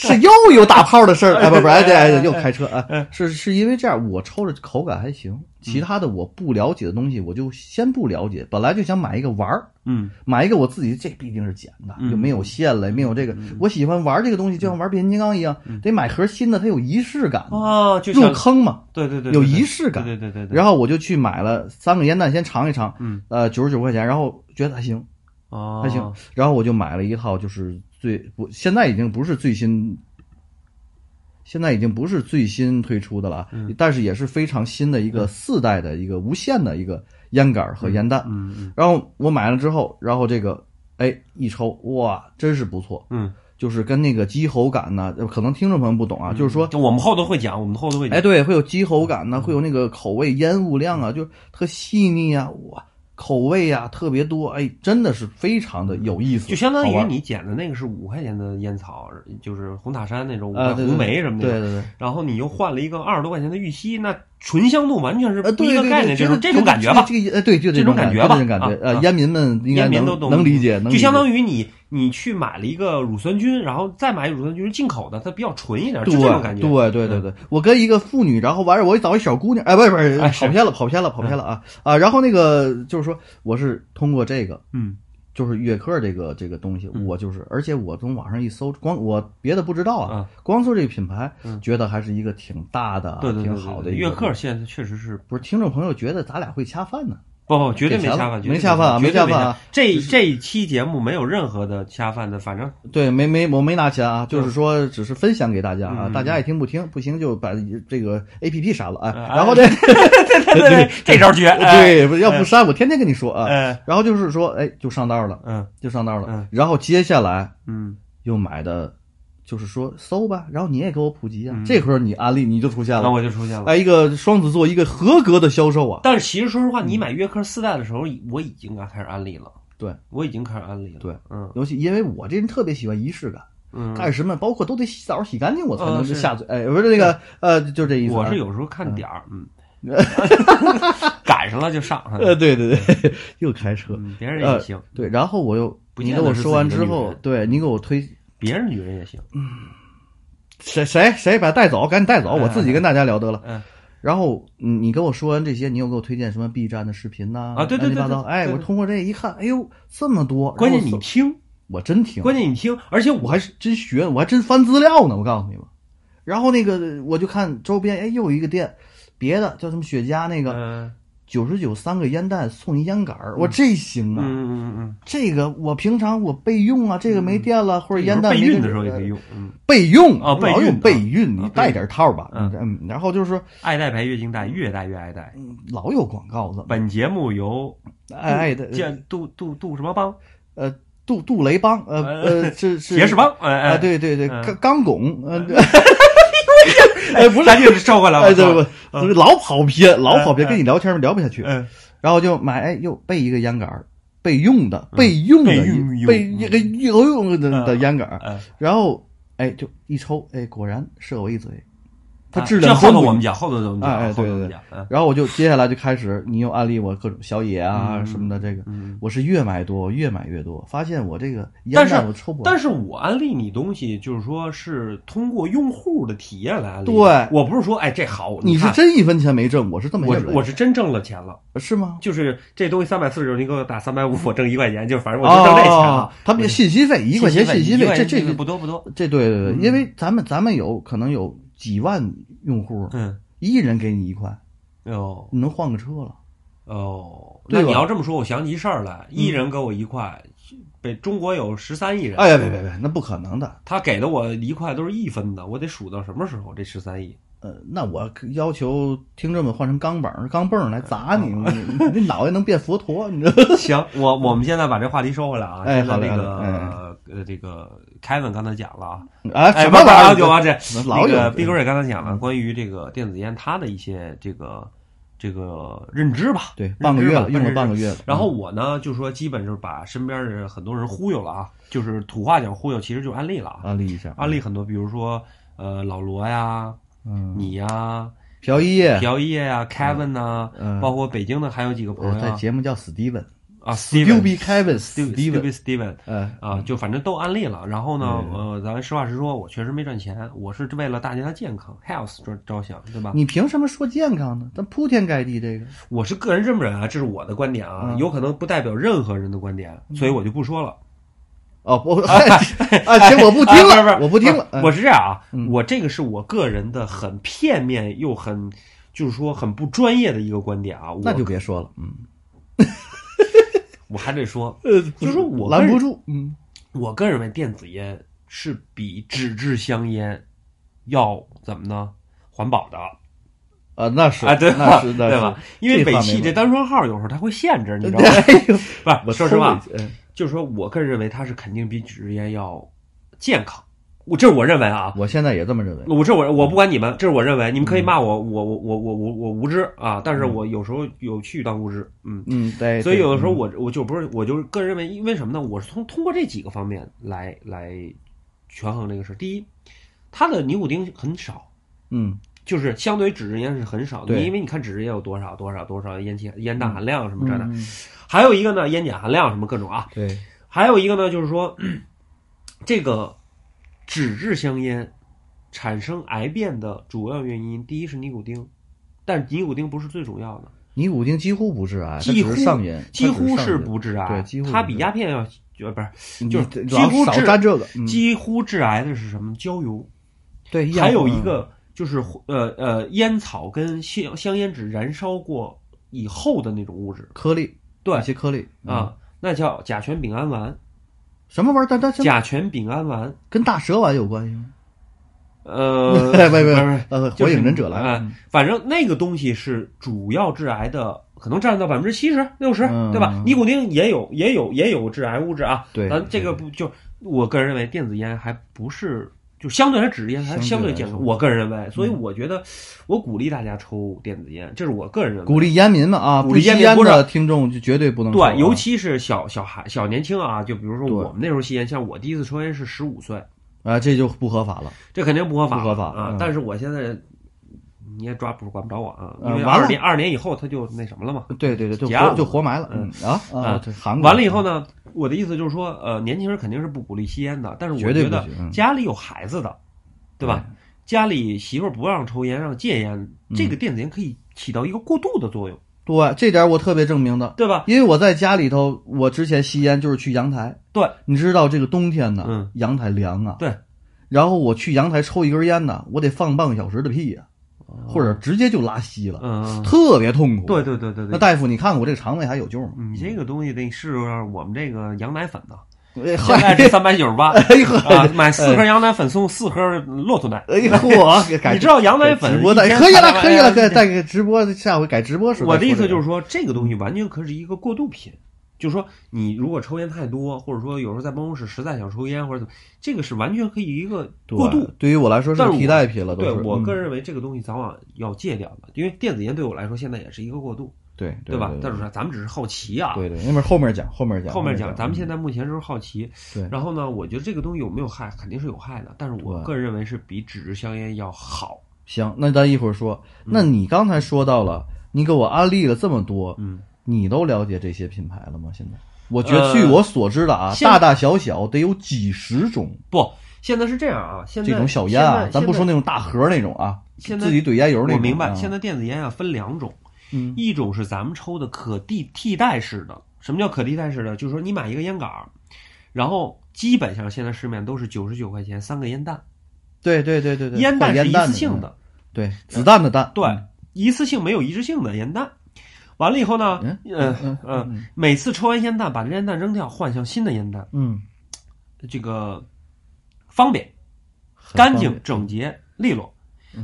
Speaker 2: 是又有打泡的事儿，哎，不不，哎，对，哎又开车，
Speaker 1: 嗯
Speaker 2: 哎，是是因为这样，我抽着口感还行，其他的我不了解的东西我就先不了解，本来就想买一个玩儿，
Speaker 1: 嗯
Speaker 2: 买一个我自己，这必定是捡的，
Speaker 1: 嗯
Speaker 2: 就没有线了，也没有这个，我喜欢玩这个东西，就像玩变形金刚一样，
Speaker 1: 嗯
Speaker 2: 得买盒新的，它有仪式感，
Speaker 1: 啊，就
Speaker 2: 嗯入
Speaker 1: 像
Speaker 2: 坑嘛，
Speaker 1: 对对对，
Speaker 2: 有
Speaker 1: 对对
Speaker 2: 仪式感
Speaker 1: 对对对对，
Speaker 2: 然后我就去买了三个烟弹，先尝一尝，
Speaker 1: 嗯，
Speaker 2: 呃，九十九块钱，然后觉得还行，
Speaker 1: 后哦，
Speaker 2: 还行，然后我就买了一套，就是最不现在已经不是最新，现在已经不是最新推出的了啊，
Speaker 1: 嗯
Speaker 2: 但是也是非常新的一个四代的一个无线的一个烟杆儿和烟弹。
Speaker 1: 嗯嗯
Speaker 2: 然后我买了之后，然后这个哎一抽，哇，真是不错，
Speaker 1: 嗯，
Speaker 2: 就是跟那个鸡喉感呢，可能听众朋友不懂啊，就是说
Speaker 1: 就我们后头会讲，我们后头会讲
Speaker 2: 哎，，对，会有鸡喉感呢，会有那个口味烟雾量啊，就是特细腻啊，哇，口味啊特别多，哎，真的是非常的有意思，
Speaker 1: 就相当
Speaker 2: 好
Speaker 1: 于
Speaker 2: 玩
Speaker 1: 你捡的那个是五块钱的烟草，就是红塔山那种五块
Speaker 2: 啊，对对
Speaker 1: 红梅什么
Speaker 2: 对
Speaker 1: 的，
Speaker 2: 对对，
Speaker 1: 然后你又换了一个二十多块钱的玉溪，那醇香度完全是
Speaker 2: 呃，
Speaker 1: 不
Speaker 2: 对
Speaker 1: 一
Speaker 2: 对
Speaker 1: 个
Speaker 2: 对，
Speaker 1: 概念，
Speaker 2: 觉
Speaker 1: 就
Speaker 2: 得
Speaker 1: 是这种感觉吧。
Speaker 2: 这个这个呃，对，就
Speaker 1: 这种
Speaker 2: 感
Speaker 1: 感觉吧
Speaker 2: 就这种感觉，
Speaker 1: 啊
Speaker 2: 呃，
Speaker 1: 啊
Speaker 2: 烟民们应该
Speaker 1: 烟民
Speaker 2: 能
Speaker 1: 都懂，
Speaker 2: 能理解，能
Speaker 1: 就相当
Speaker 2: 于
Speaker 1: 于你你去买了一个乳酸菌，然后再买乳酸菌是进口的，它比较纯一点，就
Speaker 2: 对
Speaker 1: 这种感觉。
Speaker 2: 对对对对，我跟一个妇女，然后完事儿我找一小姑娘，哎，不是不是，
Speaker 1: 哎是
Speaker 2: 跑偏了，跑偏了，跑偏了啊啊，然后那个就是说，我是通过这个。
Speaker 1: 嗯
Speaker 2: 就是乐客这个这个东西，
Speaker 1: 嗯
Speaker 2: 我就是，而且我从网上一搜，光我别的不知道啊，
Speaker 1: 啊，
Speaker 2: 光搜这个品牌，
Speaker 1: 嗯
Speaker 2: 觉得还是一个挺大的啊、
Speaker 1: 对对对
Speaker 2: 挺
Speaker 1: 对
Speaker 2: 好
Speaker 1: 对
Speaker 2: 的
Speaker 1: 对
Speaker 2: 一
Speaker 1: 悦
Speaker 2: 个
Speaker 1: 客现在确实是
Speaker 2: 不是听众朋友觉得咱俩会恰饭呢？
Speaker 1: 不不绝对没
Speaker 2: 给钱
Speaker 1: 下
Speaker 2: 了
Speaker 1: 饭，绝对
Speaker 2: 没
Speaker 1: 没
Speaker 2: 下饭啊
Speaker 1: 绝对
Speaker 2: 没
Speaker 1: 没
Speaker 2: 下饭啊。
Speaker 1: 这这一期节目没有任何的下饭的，反
Speaker 2: (laughs)
Speaker 1: 正
Speaker 2: 对，没没我没拿钱啊，就是说只是分享给大家啊，
Speaker 1: 嗯
Speaker 2: 大家爱听不听，不行就把这个 A P P 删了啊。
Speaker 1: 嗯
Speaker 2: 然后这、
Speaker 1: 对对对， (laughs) 这招绝。哎
Speaker 2: 对，不要不删，我天天跟你说啊。
Speaker 1: 哎
Speaker 2: 然后就是说，哎，就上道了，
Speaker 1: 嗯
Speaker 2: 就上道了。
Speaker 1: 嗯
Speaker 2: 然后接下来
Speaker 1: 嗯，
Speaker 2: 又买的，就是说搜吧，然后你也给我普及啊。
Speaker 1: 嗯
Speaker 2: 这会儿你案例你就出现
Speaker 1: 那
Speaker 2: 了，
Speaker 1: 我就出现了。
Speaker 2: 哎，一个双子座，一个合格的销售啊。
Speaker 1: 但是其实说实话，你买约克四代的时候，我已经开始安利了。
Speaker 2: 对，
Speaker 1: 我已经开始安利了。
Speaker 2: 对，
Speaker 1: 嗯
Speaker 2: 尤其因为我这人特别喜欢仪式感，
Speaker 1: 嗯，
Speaker 2: 干什么包括都得洗澡洗干净我才能
Speaker 1: 嗯是
Speaker 2: 下嘴。哎，不是那个呃，就这意思啊。
Speaker 1: 我是有时候看点儿，
Speaker 2: (laughs)
Speaker 1: 嗯，赶上了就上。
Speaker 2: 呃，对对对， (laughs) 又开车。
Speaker 1: 嗯，别人也行，
Speaker 2: 对，然后我又
Speaker 1: 不
Speaker 2: 你
Speaker 1: 见
Speaker 2: 给
Speaker 1: 得
Speaker 2: 我
Speaker 1: 是
Speaker 2: 说
Speaker 1: 自
Speaker 2: 完
Speaker 1: 己的
Speaker 2: 之
Speaker 1: 女
Speaker 2: 后
Speaker 1: 人，
Speaker 2: 对你给我推
Speaker 1: 别人女人也行。
Speaker 2: 谁谁谁把带走，赶紧带
Speaker 1: 哎
Speaker 2: 走，我自己跟大家聊得了。
Speaker 1: 嗯
Speaker 2: 然后嗯你给我说完这些，你又给我推荐什么 B 站的视频呐？
Speaker 1: 啊对对
Speaker 2: 乱七
Speaker 1: 对
Speaker 2: 八糟
Speaker 1: 对
Speaker 2: 哎，
Speaker 1: 对
Speaker 2: 我
Speaker 1: 对
Speaker 2: 通过这一看，哎呦，这么多！
Speaker 1: 关键
Speaker 2: 然后
Speaker 1: 你
Speaker 2: 搜
Speaker 1: 听，
Speaker 2: 呃我真听，
Speaker 1: 关键你听，而且
Speaker 2: 我
Speaker 1: 我
Speaker 2: 还是真学，我还真翻资料呢。我告诉你们，然后那个我就看周边，哎，又有一个店，别的叫什么雪茄那个
Speaker 1: 嗯
Speaker 2: 九十九三个烟弹送一烟杆儿，我这行
Speaker 1: 嗯
Speaker 2: 啊！
Speaker 1: 嗯嗯
Speaker 2: 这个我平常我备用啊，这个没电了、或者
Speaker 1: 嗯，
Speaker 2: 烟
Speaker 1: 有
Speaker 2: 弹
Speaker 1: 备
Speaker 2: 没呃
Speaker 1: 孕
Speaker 2: 电
Speaker 1: 的时候也可以用，嗯，
Speaker 2: 备用
Speaker 1: 啊备
Speaker 2: 老有
Speaker 1: 孕
Speaker 2: 备孕，
Speaker 1: 啊
Speaker 2: 你
Speaker 1: 啊
Speaker 2: 带点套吧，
Speaker 1: 嗯
Speaker 2: 嗯，然后就是说
Speaker 1: 爱戴牌月经带，越戴越爱戴。
Speaker 2: 嗯老有广告怎么
Speaker 1: 本节目由
Speaker 2: 爱爱的
Speaker 1: 见杜杜杜什么帮
Speaker 2: 呃杜杜雷邦呃
Speaker 1: 哎
Speaker 2: 呃是
Speaker 1: (laughs)
Speaker 2: 是
Speaker 1: 杰士邦，哎哎
Speaker 2: 啊，，对对对
Speaker 1: 嗯
Speaker 2: 钢钢拱呃
Speaker 1: (laughs)
Speaker 2: 哎不是
Speaker 1: 咱就收回来，
Speaker 2: 哎
Speaker 1: 我
Speaker 2: 对
Speaker 1: 操
Speaker 2: 不不是老跑偏老跑偏，
Speaker 1: 嗯
Speaker 2: 跟你聊天儿聊不下去，
Speaker 1: 嗯，
Speaker 2: 然后就买哎又备一个烟杆儿。备用的，备用的
Speaker 1: 嗯备用
Speaker 2: 一，备一个游泳的
Speaker 1: 嗯
Speaker 2: 的烟杆儿，
Speaker 1: 嗯，
Speaker 2: 然后哎，就一抽，哎，果然射我一嘴，它
Speaker 1: 啊
Speaker 2: 质
Speaker 1: 这
Speaker 2: 量
Speaker 1: 后
Speaker 2: 真
Speaker 1: 头
Speaker 2: 不
Speaker 1: 我们
Speaker 2: 一
Speaker 1: 讲，后头我们
Speaker 2: 哎哎
Speaker 1: 讲，后
Speaker 2: 对
Speaker 1: 头我
Speaker 2: 对
Speaker 1: 们
Speaker 2: 对
Speaker 1: 讲，嗯
Speaker 2: 然后我就接下来就开始，你又安利我各种小野啊
Speaker 1: 嗯
Speaker 2: 什么的，这个
Speaker 1: 嗯。
Speaker 2: 我是越买多，越买越多，发现我这个烟
Speaker 1: 但是
Speaker 2: 弹我抽不完
Speaker 1: 但。是我安利你东西，就是说是通过用户的体验来安利。
Speaker 2: 对
Speaker 1: 我不是说哎这好，
Speaker 2: 你是
Speaker 1: 看
Speaker 2: 真一分钱没挣，我是这么
Speaker 1: 我
Speaker 2: 认
Speaker 1: 是
Speaker 2: 为的，
Speaker 1: 我是真挣了钱了，
Speaker 2: 是吗？
Speaker 1: 就是这东西三百四十九，你给我打三百五，我挣一块钱，就反正我就挣这钱
Speaker 2: 哦
Speaker 1: 了。，
Speaker 2: 他们信息费一块钱信息费，这这
Speaker 1: 这
Speaker 2: 个
Speaker 1: 不多不多，
Speaker 2: 这对对对，
Speaker 1: 嗯
Speaker 2: 因为咱们咱们有可能有几万用户，
Speaker 1: 嗯，
Speaker 2: 一人给你一块，
Speaker 1: 哦，
Speaker 2: 你能换个车了。
Speaker 1: 哦，
Speaker 2: 对
Speaker 1: 那你
Speaker 2: 吧嗯
Speaker 1: 要这么说，我想起一事儿来，一人给我一块，北中国有十三亿人，
Speaker 2: 哎呀，别别别，那不可能的。
Speaker 1: 他给的我一块都是一分的，我得数到什么时候这十三亿？
Speaker 2: 呃，那我要求听众们换成钢镚儿、钢镚儿来砸你，你你 (laughs) 这脑袋能变佛陀，你知道 (laughs) 吗？
Speaker 1: 行，我我们现在把这话题收回来啊，
Speaker 2: 嗯哎
Speaker 1: 现在
Speaker 2: 好嘞
Speaker 1: 那
Speaker 2: 好嘞哎
Speaker 1: 个呃这个凯文刚才讲了啊，
Speaker 2: 啊，
Speaker 1: 哎
Speaker 2: 什
Speaker 1: 不
Speaker 2: 么
Speaker 1: 是
Speaker 2: 玩意儿？
Speaker 1: 就完这
Speaker 2: 老
Speaker 1: 那个
Speaker 2: 有嗯
Speaker 1: 毕哥也刚才讲了关于这个电子烟它的一些这个这个认知吧，
Speaker 2: 对嗯
Speaker 1: 认，知
Speaker 2: 半个月
Speaker 1: 吧
Speaker 2: 了，用了半。
Speaker 1: 认知
Speaker 2: 个月了。
Speaker 1: 然后我呢，就说基本就是把身边的很多人忽悠了啊，就是土话讲忽悠，其实就安利了啊
Speaker 2: 嗯。安利一下，
Speaker 1: 安利很多，比如说呃老罗呀、
Speaker 2: 嗯，
Speaker 1: 你呀、
Speaker 2: 朴一叶，
Speaker 1: 朴叶呀、Kevin 呐、
Speaker 2: 嗯
Speaker 1: 包括北京的还有几个朋
Speaker 2: 呃，
Speaker 1: 友
Speaker 2: 在
Speaker 1: 啊
Speaker 2: 节目叫 Steven，
Speaker 1: 啊
Speaker 2: Stupid Kevin
Speaker 1: Steven，Steven
Speaker 2: Steven，
Speaker 1: Steven
Speaker 2: 哎，
Speaker 1: 啊，就反正都安利了。然后呢，
Speaker 2: 嗯
Speaker 1: 呃，咱实话实说，我确实没赚钱，我是为了大家的健康 health 着着想，对吧？
Speaker 2: 你凭什么说健康呢？咱铺天盖地这个，
Speaker 1: 我是个人认不认啊，这是我的观点啊，
Speaker 2: 嗯
Speaker 1: 有可能不代表任何人的观点，所以我就不说了。
Speaker 2: 哦，
Speaker 1: (laughs)
Speaker 2: 我啊，行，我不听
Speaker 1: 啊
Speaker 2: 了，我不听了，哎
Speaker 1: 我是这样啊，
Speaker 2: 嗯
Speaker 1: 我这个是我个人的很片面又很，就是说很不专业的一个观点啊。我
Speaker 2: 那就别说了，嗯，
Speaker 1: 我还得说，
Speaker 2: 呃，
Speaker 1: 就是说我
Speaker 2: 拦
Speaker 1: 个人
Speaker 2: 不住，嗯，
Speaker 1: 我个人认为电子烟是比纸质香烟要怎么呢？环保的啊，
Speaker 2: 啊，那是
Speaker 1: 对
Speaker 2: 那
Speaker 1: 吧？
Speaker 2: 是那
Speaker 1: 对
Speaker 2: 是
Speaker 1: 吧？因为
Speaker 2: 这
Speaker 1: 北
Speaker 2: 话没
Speaker 1: 汽
Speaker 2: 问
Speaker 1: 这
Speaker 2: 题
Speaker 1: 单双号有时候它会限制，你知道
Speaker 2: (laughs)
Speaker 1: 吗？ (laughs)
Speaker 2: 哎呦，
Speaker 1: 不
Speaker 2: 我
Speaker 1: 是，说实话，
Speaker 2: 抽了一，嗯
Speaker 1: 就是说我个人认为它是肯定比纸质烟要健康，我这是我认为啊，
Speaker 2: 我现在也这么认为。
Speaker 1: 我这我我不管你们，这是我认为，你们
Speaker 2: 嗯
Speaker 1: 可以骂我，我我我我我我无知啊，但是我有时候有去当无知，嗯，
Speaker 2: 嗯，对，
Speaker 1: 所以
Speaker 2: 嗯对
Speaker 1: 有的时候
Speaker 2: 嗯
Speaker 1: 我我就不是，我就是个人认为，因为什么呢？我是从通过这几个方面来来权衡这个事儿。第一，它的尼古丁很少，
Speaker 2: 嗯，
Speaker 1: 就是相对于纸质烟是很少的，
Speaker 2: 对
Speaker 1: 因为你看纸质烟有多少多少多少烟气烟弹含量什么这的，
Speaker 2: 嗯嗯
Speaker 1: 还有一个呢烟碱含量什么各种啊，
Speaker 2: 对，
Speaker 1: 还有一个呢，就是说，这个纸质香烟产生癌变的主要原因，第一是尼古丁，但尼古丁不是最主要的，
Speaker 2: 尼古丁几乎不致癌，它
Speaker 1: 几
Speaker 2: 只
Speaker 1: 乎
Speaker 2: 是上瘾，它
Speaker 1: 几乎
Speaker 2: 只是上瘾
Speaker 1: 不致癌，
Speaker 2: 对几乎不致
Speaker 1: 它比鸦片要呃不是，
Speaker 2: 你
Speaker 1: 就是
Speaker 2: 得
Speaker 1: 几
Speaker 2: 老
Speaker 1: 乎
Speaker 2: 少
Speaker 1: 致
Speaker 2: 沾这个，嗯
Speaker 1: 几乎致癌的是什么？焦油，
Speaker 2: 对，一样嗯
Speaker 1: 还有一个就是呃呃烟草跟香香烟纸燃烧过以后的那种物质，
Speaker 2: 颗粒，
Speaker 1: 对
Speaker 2: 一些颗粒，嗯
Speaker 1: 啊，那叫甲醛丙胺烷，
Speaker 2: 什么玩意儿？但但
Speaker 1: 甲醛丙胺烷，
Speaker 2: 跟大蛇丸有关系吗？ (laughs)
Speaker 1: 呃，
Speaker 2: 喂喂
Speaker 1: 不
Speaker 2: 喂
Speaker 1: 是不是
Speaker 2: 呃，
Speaker 1: 就
Speaker 2: 火
Speaker 1: 是
Speaker 2: 影忍者来了
Speaker 1: 哎，反正那个东西是主要致癌的，可能占到百分之七十、六十，
Speaker 2: 嗯
Speaker 1: 对吧？尼古丁也有，也有，也有致癌物质啊。
Speaker 2: 对
Speaker 1: 咱这个不就我个人认为，电子烟还不是就相对来纸烟还相对健
Speaker 2: 相对
Speaker 1: 康。
Speaker 2: 来说
Speaker 1: 我个人认为，所以我觉得我鼓励大家抽电子烟，这是我个人认为。
Speaker 2: 鼓励烟民嘛啊，
Speaker 1: 鼓励
Speaker 2: 不吸
Speaker 1: 烟民
Speaker 2: 烟
Speaker 1: 不是
Speaker 2: 的听众就绝对不能抽啊
Speaker 1: 对，尤其是小小孩、小年轻啊，就比如说
Speaker 2: 对
Speaker 1: 我们那时候吸烟，像我第一次抽烟是十五岁，
Speaker 2: 啊，这就不合法了，
Speaker 1: 这肯定不合法，
Speaker 2: 不合法
Speaker 1: 啊
Speaker 2: 嗯！
Speaker 1: 但是我现在你也抓不管不着我啊，
Speaker 2: 呃
Speaker 1: 因为
Speaker 2: 完了
Speaker 1: 二年二年以后他就那什么了嘛。
Speaker 2: 对对对，就
Speaker 1: 假
Speaker 2: 活
Speaker 1: 的
Speaker 2: 就活埋了，嗯啊啊
Speaker 1: 啊，
Speaker 2: 对韩国
Speaker 1: 完了以后呢，我的意思就是说，呃，年轻人肯定是不鼓励吸烟的，但是我
Speaker 2: 绝对
Speaker 1: 觉
Speaker 2: 不
Speaker 1: 得
Speaker 2: 行，嗯
Speaker 1: 家里有孩子的，对吧？家里媳妇儿不让抽烟，让戒烟，
Speaker 2: 嗯
Speaker 1: 这个电子烟可以起到一个过渡的作用，
Speaker 2: 对，这点我特别证明的，
Speaker 1: 对吧？
Speaker 2: 因为我在家里头，我之前吸烟就是去阳台。
Speaker 1: 对，
Speaker 2: 你知道这个冬天呢，
Speaker 1: 嗯
Speaker 2: 阳台凉啊。
Speaker 1: 对，
Speaker 2: 然后我去阳台抽一根烟呢，我得放半个小时的屁呀、或者直接就拉稀了，
Speaker 1: 哦嗯，
Speaker 2: 特别痛苦。
Speaker 1: 对嗯对对对
Speaker 2: 那
Speaker 1: 对。
Speaker 2: 大夫，你看看我这个肠胃还有救吗？
Speaker 1: 你这个东西得试试我们这个羊奶粉
Speaker 2: (laughs)
Speaker 1: 呢，
Speaker 2: 哎
Speaker 1: 现在
Speaker 2: 嗨，
Speaker 1: 是三百九十
Speaker 2: (laughs)
Speaker 1: 八
Speaker 2: 哎呦
Speaker 1: 啊，买四盒羊奶粉送四盒骆驼奶。
Speaker 2: 哎呦，嚯，改
Speaker 1: 你知道羊奶
Speaker 2: 改
Speaker 1: 粉
Speaker 2: 直播的
Speaker 1: 一天
Speaker 2: 可以了，
Speaker 1: 300
Speaker 2: 可以了，
Speaker 1: 哎
Speaker 2: 可以再给直播，下回改直播时候
Speaker 1: 我
Speaker 2: 再
Speaker 1: 的
Speaker 2: 说这
Speaker 1: 意
Speaker 2: 个。
Speaker 1: 思就是说，这个东西完全可是一个过渡品，就是说，你如果抽烟太多，或者说有时候在办公室实在想抽烟或者怎么，这个是完全可以一个
Speaker 2: 对
Speaker 1: 过渡。
Speaker 2: 对于我来说是
Speaker 1: 但是
Speaker 2: 替代品了，都
Speaker 1: 对
Speaker 2: 是
Speaker 1: 我
Speaker 2: 嗯
Speaker 1: 个人认为，这个东西早晚要戒掉的，因为电子烟对我来说现在也是一个过渡，
Speaker 2: 对
Speaker 1: 对吧？
Speaker 2: 对
Speaker 1: 但是说咱们只是好奇啊，
Speaker 2: 对对，那边后面讲，后面讲，
Speaker 1: 后面讲，咱们
Speaker 2: 嗯
Speaker 1: 现在目前就是好奇。
Speaker 2: 对
Speaker 1: 然后呢，我觉得这个东西有没有害，肯定是有害的，但是我
Speaker 2: 对
Speaker 1: 个人认为是比纸质香烟要好。
Speaker 2: 行，那咱一会儿说。
Speaker 1: 嗯
Speaker 2: 那你刚才说到了，你给我安利了这么多，
Speaker 1: 嗯，
Speaker 2: 你都了解这些品牌了吗？现在，我觉得
Speaker 1: 呃
Speaker 2: 据我所知的啊，
Speaker 1: 现
Speaker 2: 大大小小得有几十种
Speaker 1: 不，现在是这样啊，现在
Speaker 2: 这种小烟啊
Speaker 1: 现在，
Speaker 2: 咱不说
Speaker 1: 现在
Speaker 2: 那种大盒那种啊，
Speaker 1: 现在
Speaker 2: 自己怼烟油那种、啊。
Speaker 1: 我明白，现在电子烟啊分两种。
Speaker 2: 嗯
Speaker 1: 一种是咱们抽的可替替代式的。什么叫可替代式的？就是说你买一个烟杆儿，然后基本上现在市面都是九十九块钱三个烟弹，
Speaker 2: 对对对对对，
Speaker 1: 烟弹是
Speaker 2: 换烟
Speaker 1: 一
Speaker 2: 弹
Speaker 1: 次性
Speaker 2: 的，
Speaker 1: 的，
Speaker 2: 嗯对，子弹的弹，
Speaker 1: 对
Speaker 2: 嗯，
Speaker 1: 一次性没有一致性的烟弹。完了以后呢，
Speaker 2: 嗯
Speaker 1: 嗯
Speaker 2: 嗯
Speaker 1: 嗯
Speaker 2: 嗯
Speaker 1: 每次抽完烟弹，把这烟弹扔掉，换上新的烟弹，
Speaker 2: 嗯，
Speaker 1: 这个方便、
Speaker 2: 很
Speaker 1: 干
Speaker 2: 方
Speaker 1: 净
Speaker 2: 便、嗯
Speaker 1: 整洁、利落。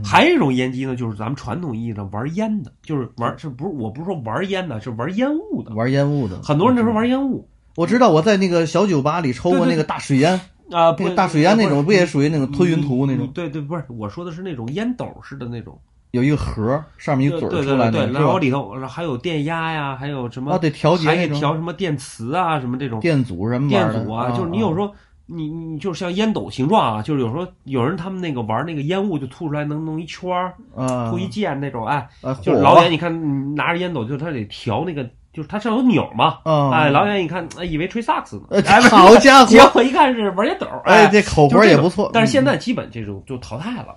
Speaker 1: 还有一种烟机呢，就是咱们传统意义上玩烟的，就是
Speaker 2: 嗯
Speaker 1: 玩，是不是？我不是说玩烟的，是玩烟雾的。
Speaker 2: 玩烟雾的。
Speaker 1: 很多人那时候玩烟雾，
Speaker 2: 我知道，我在那个小酒吧里抽过
Speaker 1: 对对
Speaker 2: 那个大水烟，
Speaker 1: 啊，
Speaker 2: 那
Speaker 1: 不
Speaker 2: 个大水烟那种，
Speaker 1: 嗯
Speaker 2: 不也属于那种吞云吐雾那
Speaker 1: 那嗯
Speaker 2: 种？
Speaker 1: 对对，不是，我说的是那种烟斗式的那种，
Speaker 2: 有一个盒儿，上面一
Speaker 1: 对
Speaker 2: 个
Speaker 1: 对
Speaker 2: 嘴儿
Speaker 1: 对
Speaker 2: 出来
Speaker 1: 对，
Speaker 2: 那
Speaker 1: 对
Speaker 2: 个，
Speaker 1: 然后
Speaker 2: 是吧？
Speaker 1: 里头还有电压呀，还有什么
Speaker 2: 啊，得调节
Speaker 1: 还
Speaker 2: 那
Speaker 1: 得
Speaker 2: 种
Speaker 1: 调什么电磁啊，什么这种
Speaker 2: 电阻什么玩
Speaker 1: 电
Speaker 2: 意儿的
Speaker 1: 阻啊，就是你有时候。你你就是像烟斗形状啊，就是有时候有人他们那个玩那个烟雾就吐出来能弄一圈儿，
Speaker 2: 啊，
Speaker 1: 吐一溅那种，哎，
Speaker 2: 啊，
Speaker 1: 就是
Speaker 2: 火
Speaker 1: 老远你看你拿着烟斗，就是他得调那个就是它上有钮嘛，
Speaker 2: 啊，
Speaker 1: 哎，老远一看，哎，以为吹萨克斯呢，
Speaker 2: 呃，
Speaker 1: (laughs) 哎，
Speaker 2: 好家伙
Speaker 1: 结，果一看是玩儿豆，
Speaker 2: 哎，
Speaker 1: 哎，
Speaker 2: 这口
Speaker 1: 就
Speaker 2: 活
Speaker 1: 这
Speaker 2: 也
Speaker 1: 种
Speaker 2: 不错。
Speaker 1: 但是现
Speaker 2: 嗯
Speaker 1: 在基本这种就淘汰了，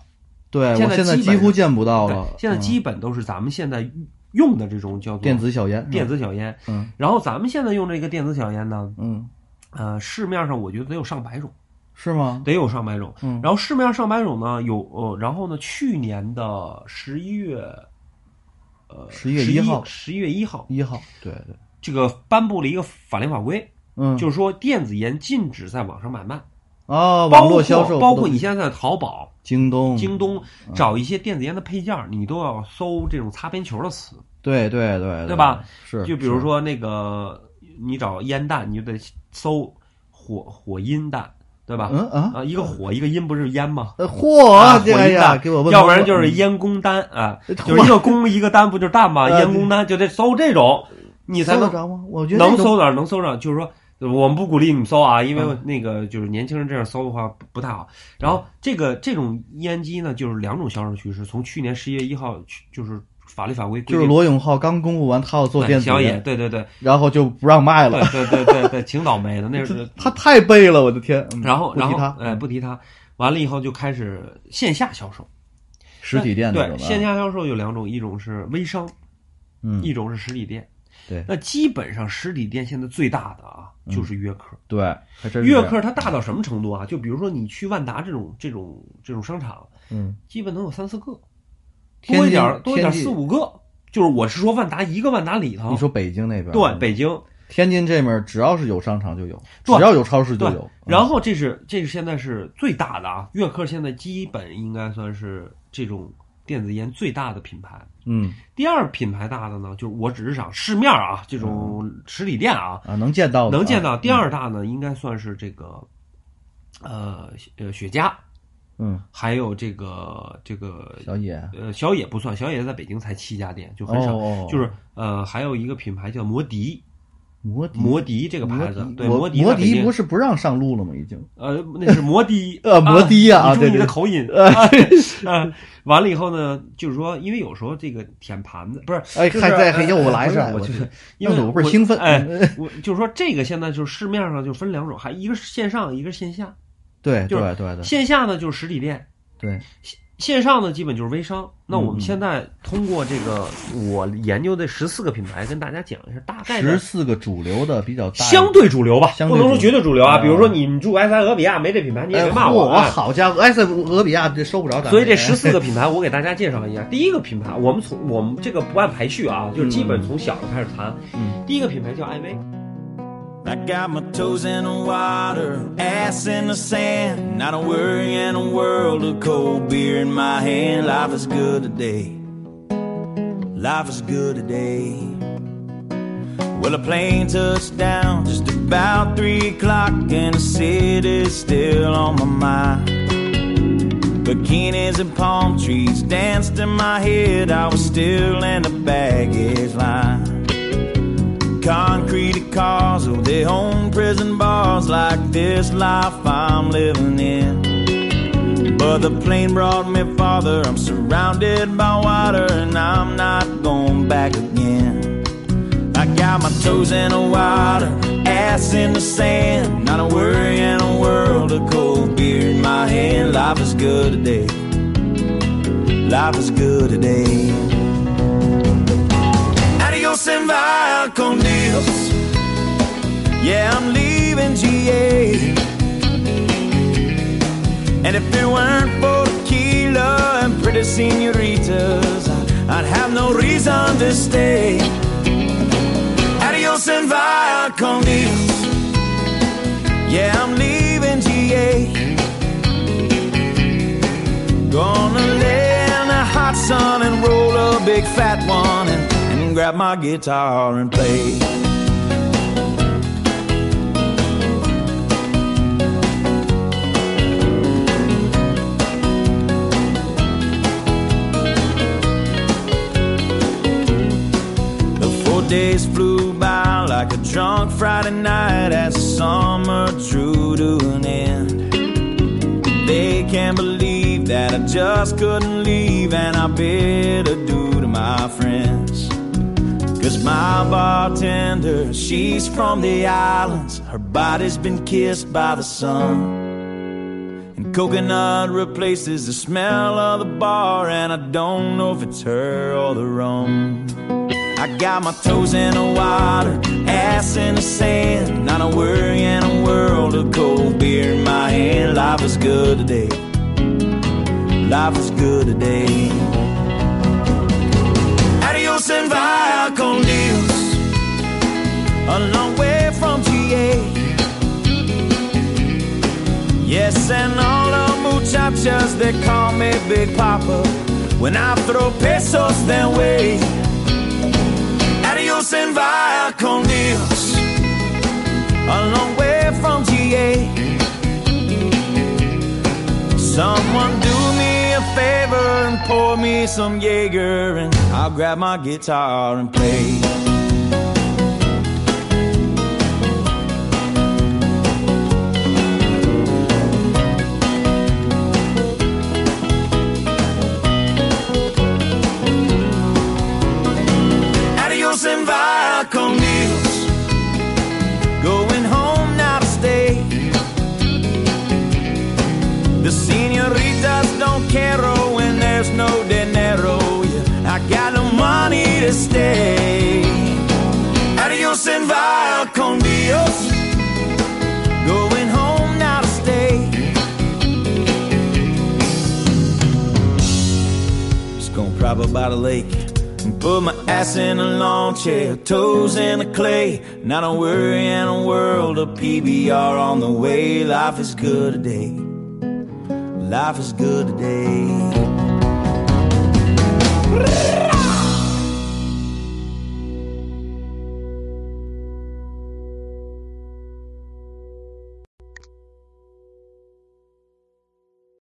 Speaker 2: 对
Speaker 1: 现
Speaker 2: 我
Speaker 1: 在
Speaker 2: 现在
Speaker 1: 基
Speaker 2: 几
Speaker 1: 本
Speaker 2: 乎见不到了
Speaker 1: 对，，现在
Speaker 2: 嗯
Speaker 1: 基本都是咱们现在用的这种叫做
Speaker 2: 电子小烟，
Speaker 1: 电子小烟，
Speaker 2: 嗯
Speaker 1: 然后咱们现在用这个电子小烟呢，
Speaker 2: 嗯，
Speaker 1: 呃，市面上我觉得得有上百种，
Speaker 2: 是吗？
Speaker 1: 得有上百种。
Speaker 2: 嗯
Speaker 1: 然后市面上上百种呢，有呃，然后呢，去年的十一月，呃，
Speaker 2: 11月1号
Speaker 1: 十一月一号，
Speaker 2: 一号，对对，
Speaker 1: 这个颁布了一个法令法规，
Speaker 2: 嗯，
Speaker 1: 就是说电子烟禁止在网上买卖，
Speaker 2: 啊，网
Speaker 1: 包
Speaker 2: 络
Speaker 1: 括
Speaker 2: 销售，
Speaker 1: 包括你现在在淘宝、
Speaker 2: 京东，
Speaker 1: 京，东
Speaker 2: 嗯
Speaker 1: 找一些电子烟的配件儿，你都要搜这种擦边球的词，
Speaker 2: 对对对，
Speaker 1: 对吧？
Speaker 2: 是，
Speaker 1: 就比如
Speaker 2: 是，
Speaker 1: 说那个你找烟弹，你就得搜火火阴弹，对吧？
Speaker 2: 嗯啊，
Speaker 1: 啊，一个火一个阴不是烟吗？
Speaker 2: 呃嚯，这
Speaker 1: 火
Speaker 2: 哎
Speaker 1: 一
Speaker 2: 呀，
Speaker 1: 弹
Speaker 2: 给我嗯问懵了，
Speaker 1: 要不然就是烟公单
Speaker 2: (laughs)
Speaker 1: 啊，
Speaker 2: 嗯，
Speaker 1: 就是一个公一个单，不就是单吗？
Speaker 2: 呃
Speaker 1: 烟公单就得搜这种，你才
Speaker 2: 搜得
Speaker 1: 能
Speaker 2: 着吗？我觉得
Speaker 1: 能
Speaker 2: 这种嗯
Speaker 1: 搜着，能搜着。就是说，我们不鼓励你们搜啊，因为那个就是年轻人这样搜的话不不太好。然后这个这种烟机呢，就是两种销售趋势，从去年十一月一号去就是法律法规规
Speaker 2: 就是
Speaker 1: 定。
Speaker 2: 罗永浩刚公布完他要做电子
Speaker 1: 哎小野，
Speaker 2: 烟，
Speaker 1: 对对对
Speaker 2: 然后就不让卖
Speaker 1: 对
Speaker 2: 了，
Speaker 1: 对对对对，挺倒霉的，那
Speaker 2: (laughs)
Speaker 1: 是
Speaker 2: 他太背了，我的天！嗯
Speaker 1: 然后，
Speaker 2: 不提
Speaker 1: 然后
Speaker 2: 他，
Speaker 1: 哎，不提他，完了以后就开始线下销售，
Speaker 2: 实体店那
Speaker 1: 对
Speaker 2: 种啊
Speaker 1: 线
Speaker 2: 的，
Speaker 1: 下销售有两种，一种是微商，
Speaker 2: 嗯，
Speaker 1: 一种是实体店。
Speaker 2: 对嗯
Speaker 1: 那基本上实体店现在最大的啊，就是约克。
Speaker 2: 对，还真是
Speaker 1: 约
Speaker 2: 这样，
Speaker 1: 克它大到什么程度啊？就比如说你去万达这种这种这种商场，
Speaker 2: 嗯，
Speaker 1: 基本能有三四个，
Speaker 2: 天
Speaker 1: 多一
Speaker 2: 津
Speaker 1: 点儿多一点儿
Speaker 2: 天津
Speaker 1: 四五个。就是我是说万达一个万达里头，
Speaker 2: 你说嗯北京那边，啊
Speaker 1: 对北京，
Speaker 2: 天津这面只要是有商场就有，只
Speaker 1: 对
Speaker 2: 要有超市就
Speaker 1: 对
Speaker 2: 有。
Speaker 1: 然
Speaker 2: 后
Speaker 1: 后这是这是现在是最大的啊，悦客现在基本应该算是这种电子烟最大的品牌。
Speaker 2: 嗯
Speaker 1: 第二品牌大的呢，就是我只是想市面啊，这种
Speaker 2: 嗯
Speaker 1: 实体店啊、
Speaker 2: 啊，能见到的
Speaker 1: 能见
Speaker 2: 啊
Speaker 1: 到。第二大呢，应该算是这个，呃呃雪茄，
Speaker 2: 嗯，
Speaker 1: 还有这个这个
Speaker 2: 小野
Speaker 1: 呃小野不算，小野在北京才七家店，就
Speaker 2: 哦
Speaker 1: 很少。
Speaker 2: 哦
Speaker 1: 就是呃还有一个品牌叫摩迪，
Speaker 2: 摩的
Speaker 1: 摩迪这个牌子，对
Speaker 2: 摩
Speaker 1: 迪
Speaker 2: 摩
Speaker 1: 摩
Speaker 2: 的不是不让上路了吗？已经
Speaker 1: 呃，那是摩的
Speaker 2: (laughs) 呃摩的呀啊
Speaker 1: 你注
Speaker 2: 对
Speaker 1: 意你的
Speaker 2: 对
Speaker 1: 口音
Speaker 2: 呃 (laughs)
Speaker 1: 啊啊。完了以后呢，就是说，因为有时候这个舔盘子不是，
Speaker 2: 哎，
Speaker 1: 就是
Speaker 2: 还
Speaker 1: 呃
Speaker 2: 在还又来是吧
Speaker 1: 不我就是
Speaker 2: 这
Speaker 1: 因为
Speaker 2: 弄得我倍儿兴奋
Speaker 1: 哎，我就是说这个现在就是市面上就分两种，还一个是线上，一个是线下。
Speaker 2: (laughs) 对
Speaker 1: 就
Speaker 2: 对
Speaker 1: 是
Speaker 2: 对对
Speaker 1: 线下呢就是实体店，
Speaker 2: 对，
Speaker 1: 线上呢基本就是微商。那我
Speaker 2: 嗯
Speaker 1: 们现在通过这个我研究的十四个品牌，跟大家讲一下大概
Speaker 2: 十
Speaker 1: 的
Speaker 2: 四个主流的比较大的
Speaker 1: 相对主流吧，
Speaker 2: 相对
Speaker 1: 不能说
Speaker 2: 主流
Speaker 1: 绝对主流啊。
Speaker 2: 嗯
Speaker 1: 比如说你你住埃塞俄比亚没这品牌，你也
Speaker 2: 哎
Speaker 1: 别骂我
Speaker 2: 嚯
Speaker 1: 啊。
Speaker 2: 好家伙，埃哎塞俄比亚这收不着咱们。
Speaker 1: 所以这
Speaker 2: 哎
Speaker 1: 十四个品牌，我给大家介绍一下。第一个品牌，我们从我们这个不按排序啊，就是基本从小的开始谈。
Speaker 2: 嗯，
Speaker 1: 第一个品牌叫艾薇，
Speaker 3: I got my toes in the water, ass in the sand. Not a worry in the world, a cold beer in my hand. Life is good today. Life is good today. Well, a plane touched down just about three o'clock, and the city's still on my mind. Bikinis and palm trees danced in my head. I was still in the baggage line. Concrete cars with their own prison bars like this life I'm living in. But the plane brought me farther. I'm surrounded by water and I'm not going back again. I got my toes in the water, ass in the sand. Not a worry in the world, a cold beer in my hand. Life is good today. Life is good today. Adios and bye, con Dios. Yeah, I'm leaving GA. And if it weren't for tequila and pretty senoritas, I- I'd have no reason to stay. Adios and bye, con Dios. Yeah, I'm leaving GA. Gonna lay in the hot sun and roll a big fat one and, and grab my guitar and play. The four days flew by like a drunk Friday night as the summer drew to an end. They can't believe that I just couldn't leave, and I bid adieu to my friends. Cause My bartender, she's from the islands. Her body's been kissed by the sun. And coconut replaces the smell of the bar, and I don't know if it's her or the rum. I got my toes in the water, ass in the sand. Not a worry in a world of cold beer in my hand. Life is good today. Life is good today. Adios and via con Dios. A long way from GA. Yes, and all the muchachas, they call me Big Papa. When I throw pesos their way. Adios and via con Dios. A long way from GA. Someone do me a favor and pour me some Jaeger, and I'll grab my guitar and play. Adios and via con Dios. Going home now to stay. The senoritas don't care oh, when there's no dinero. Yeah, I got no money to stay. Adios and via con Dios. Going home now to stay. Just gonna prop up by the lake and put my ass in a lawn chair, toes in the clay. Not a worry in a world of PBR on the way. Life is good today. Life is good today.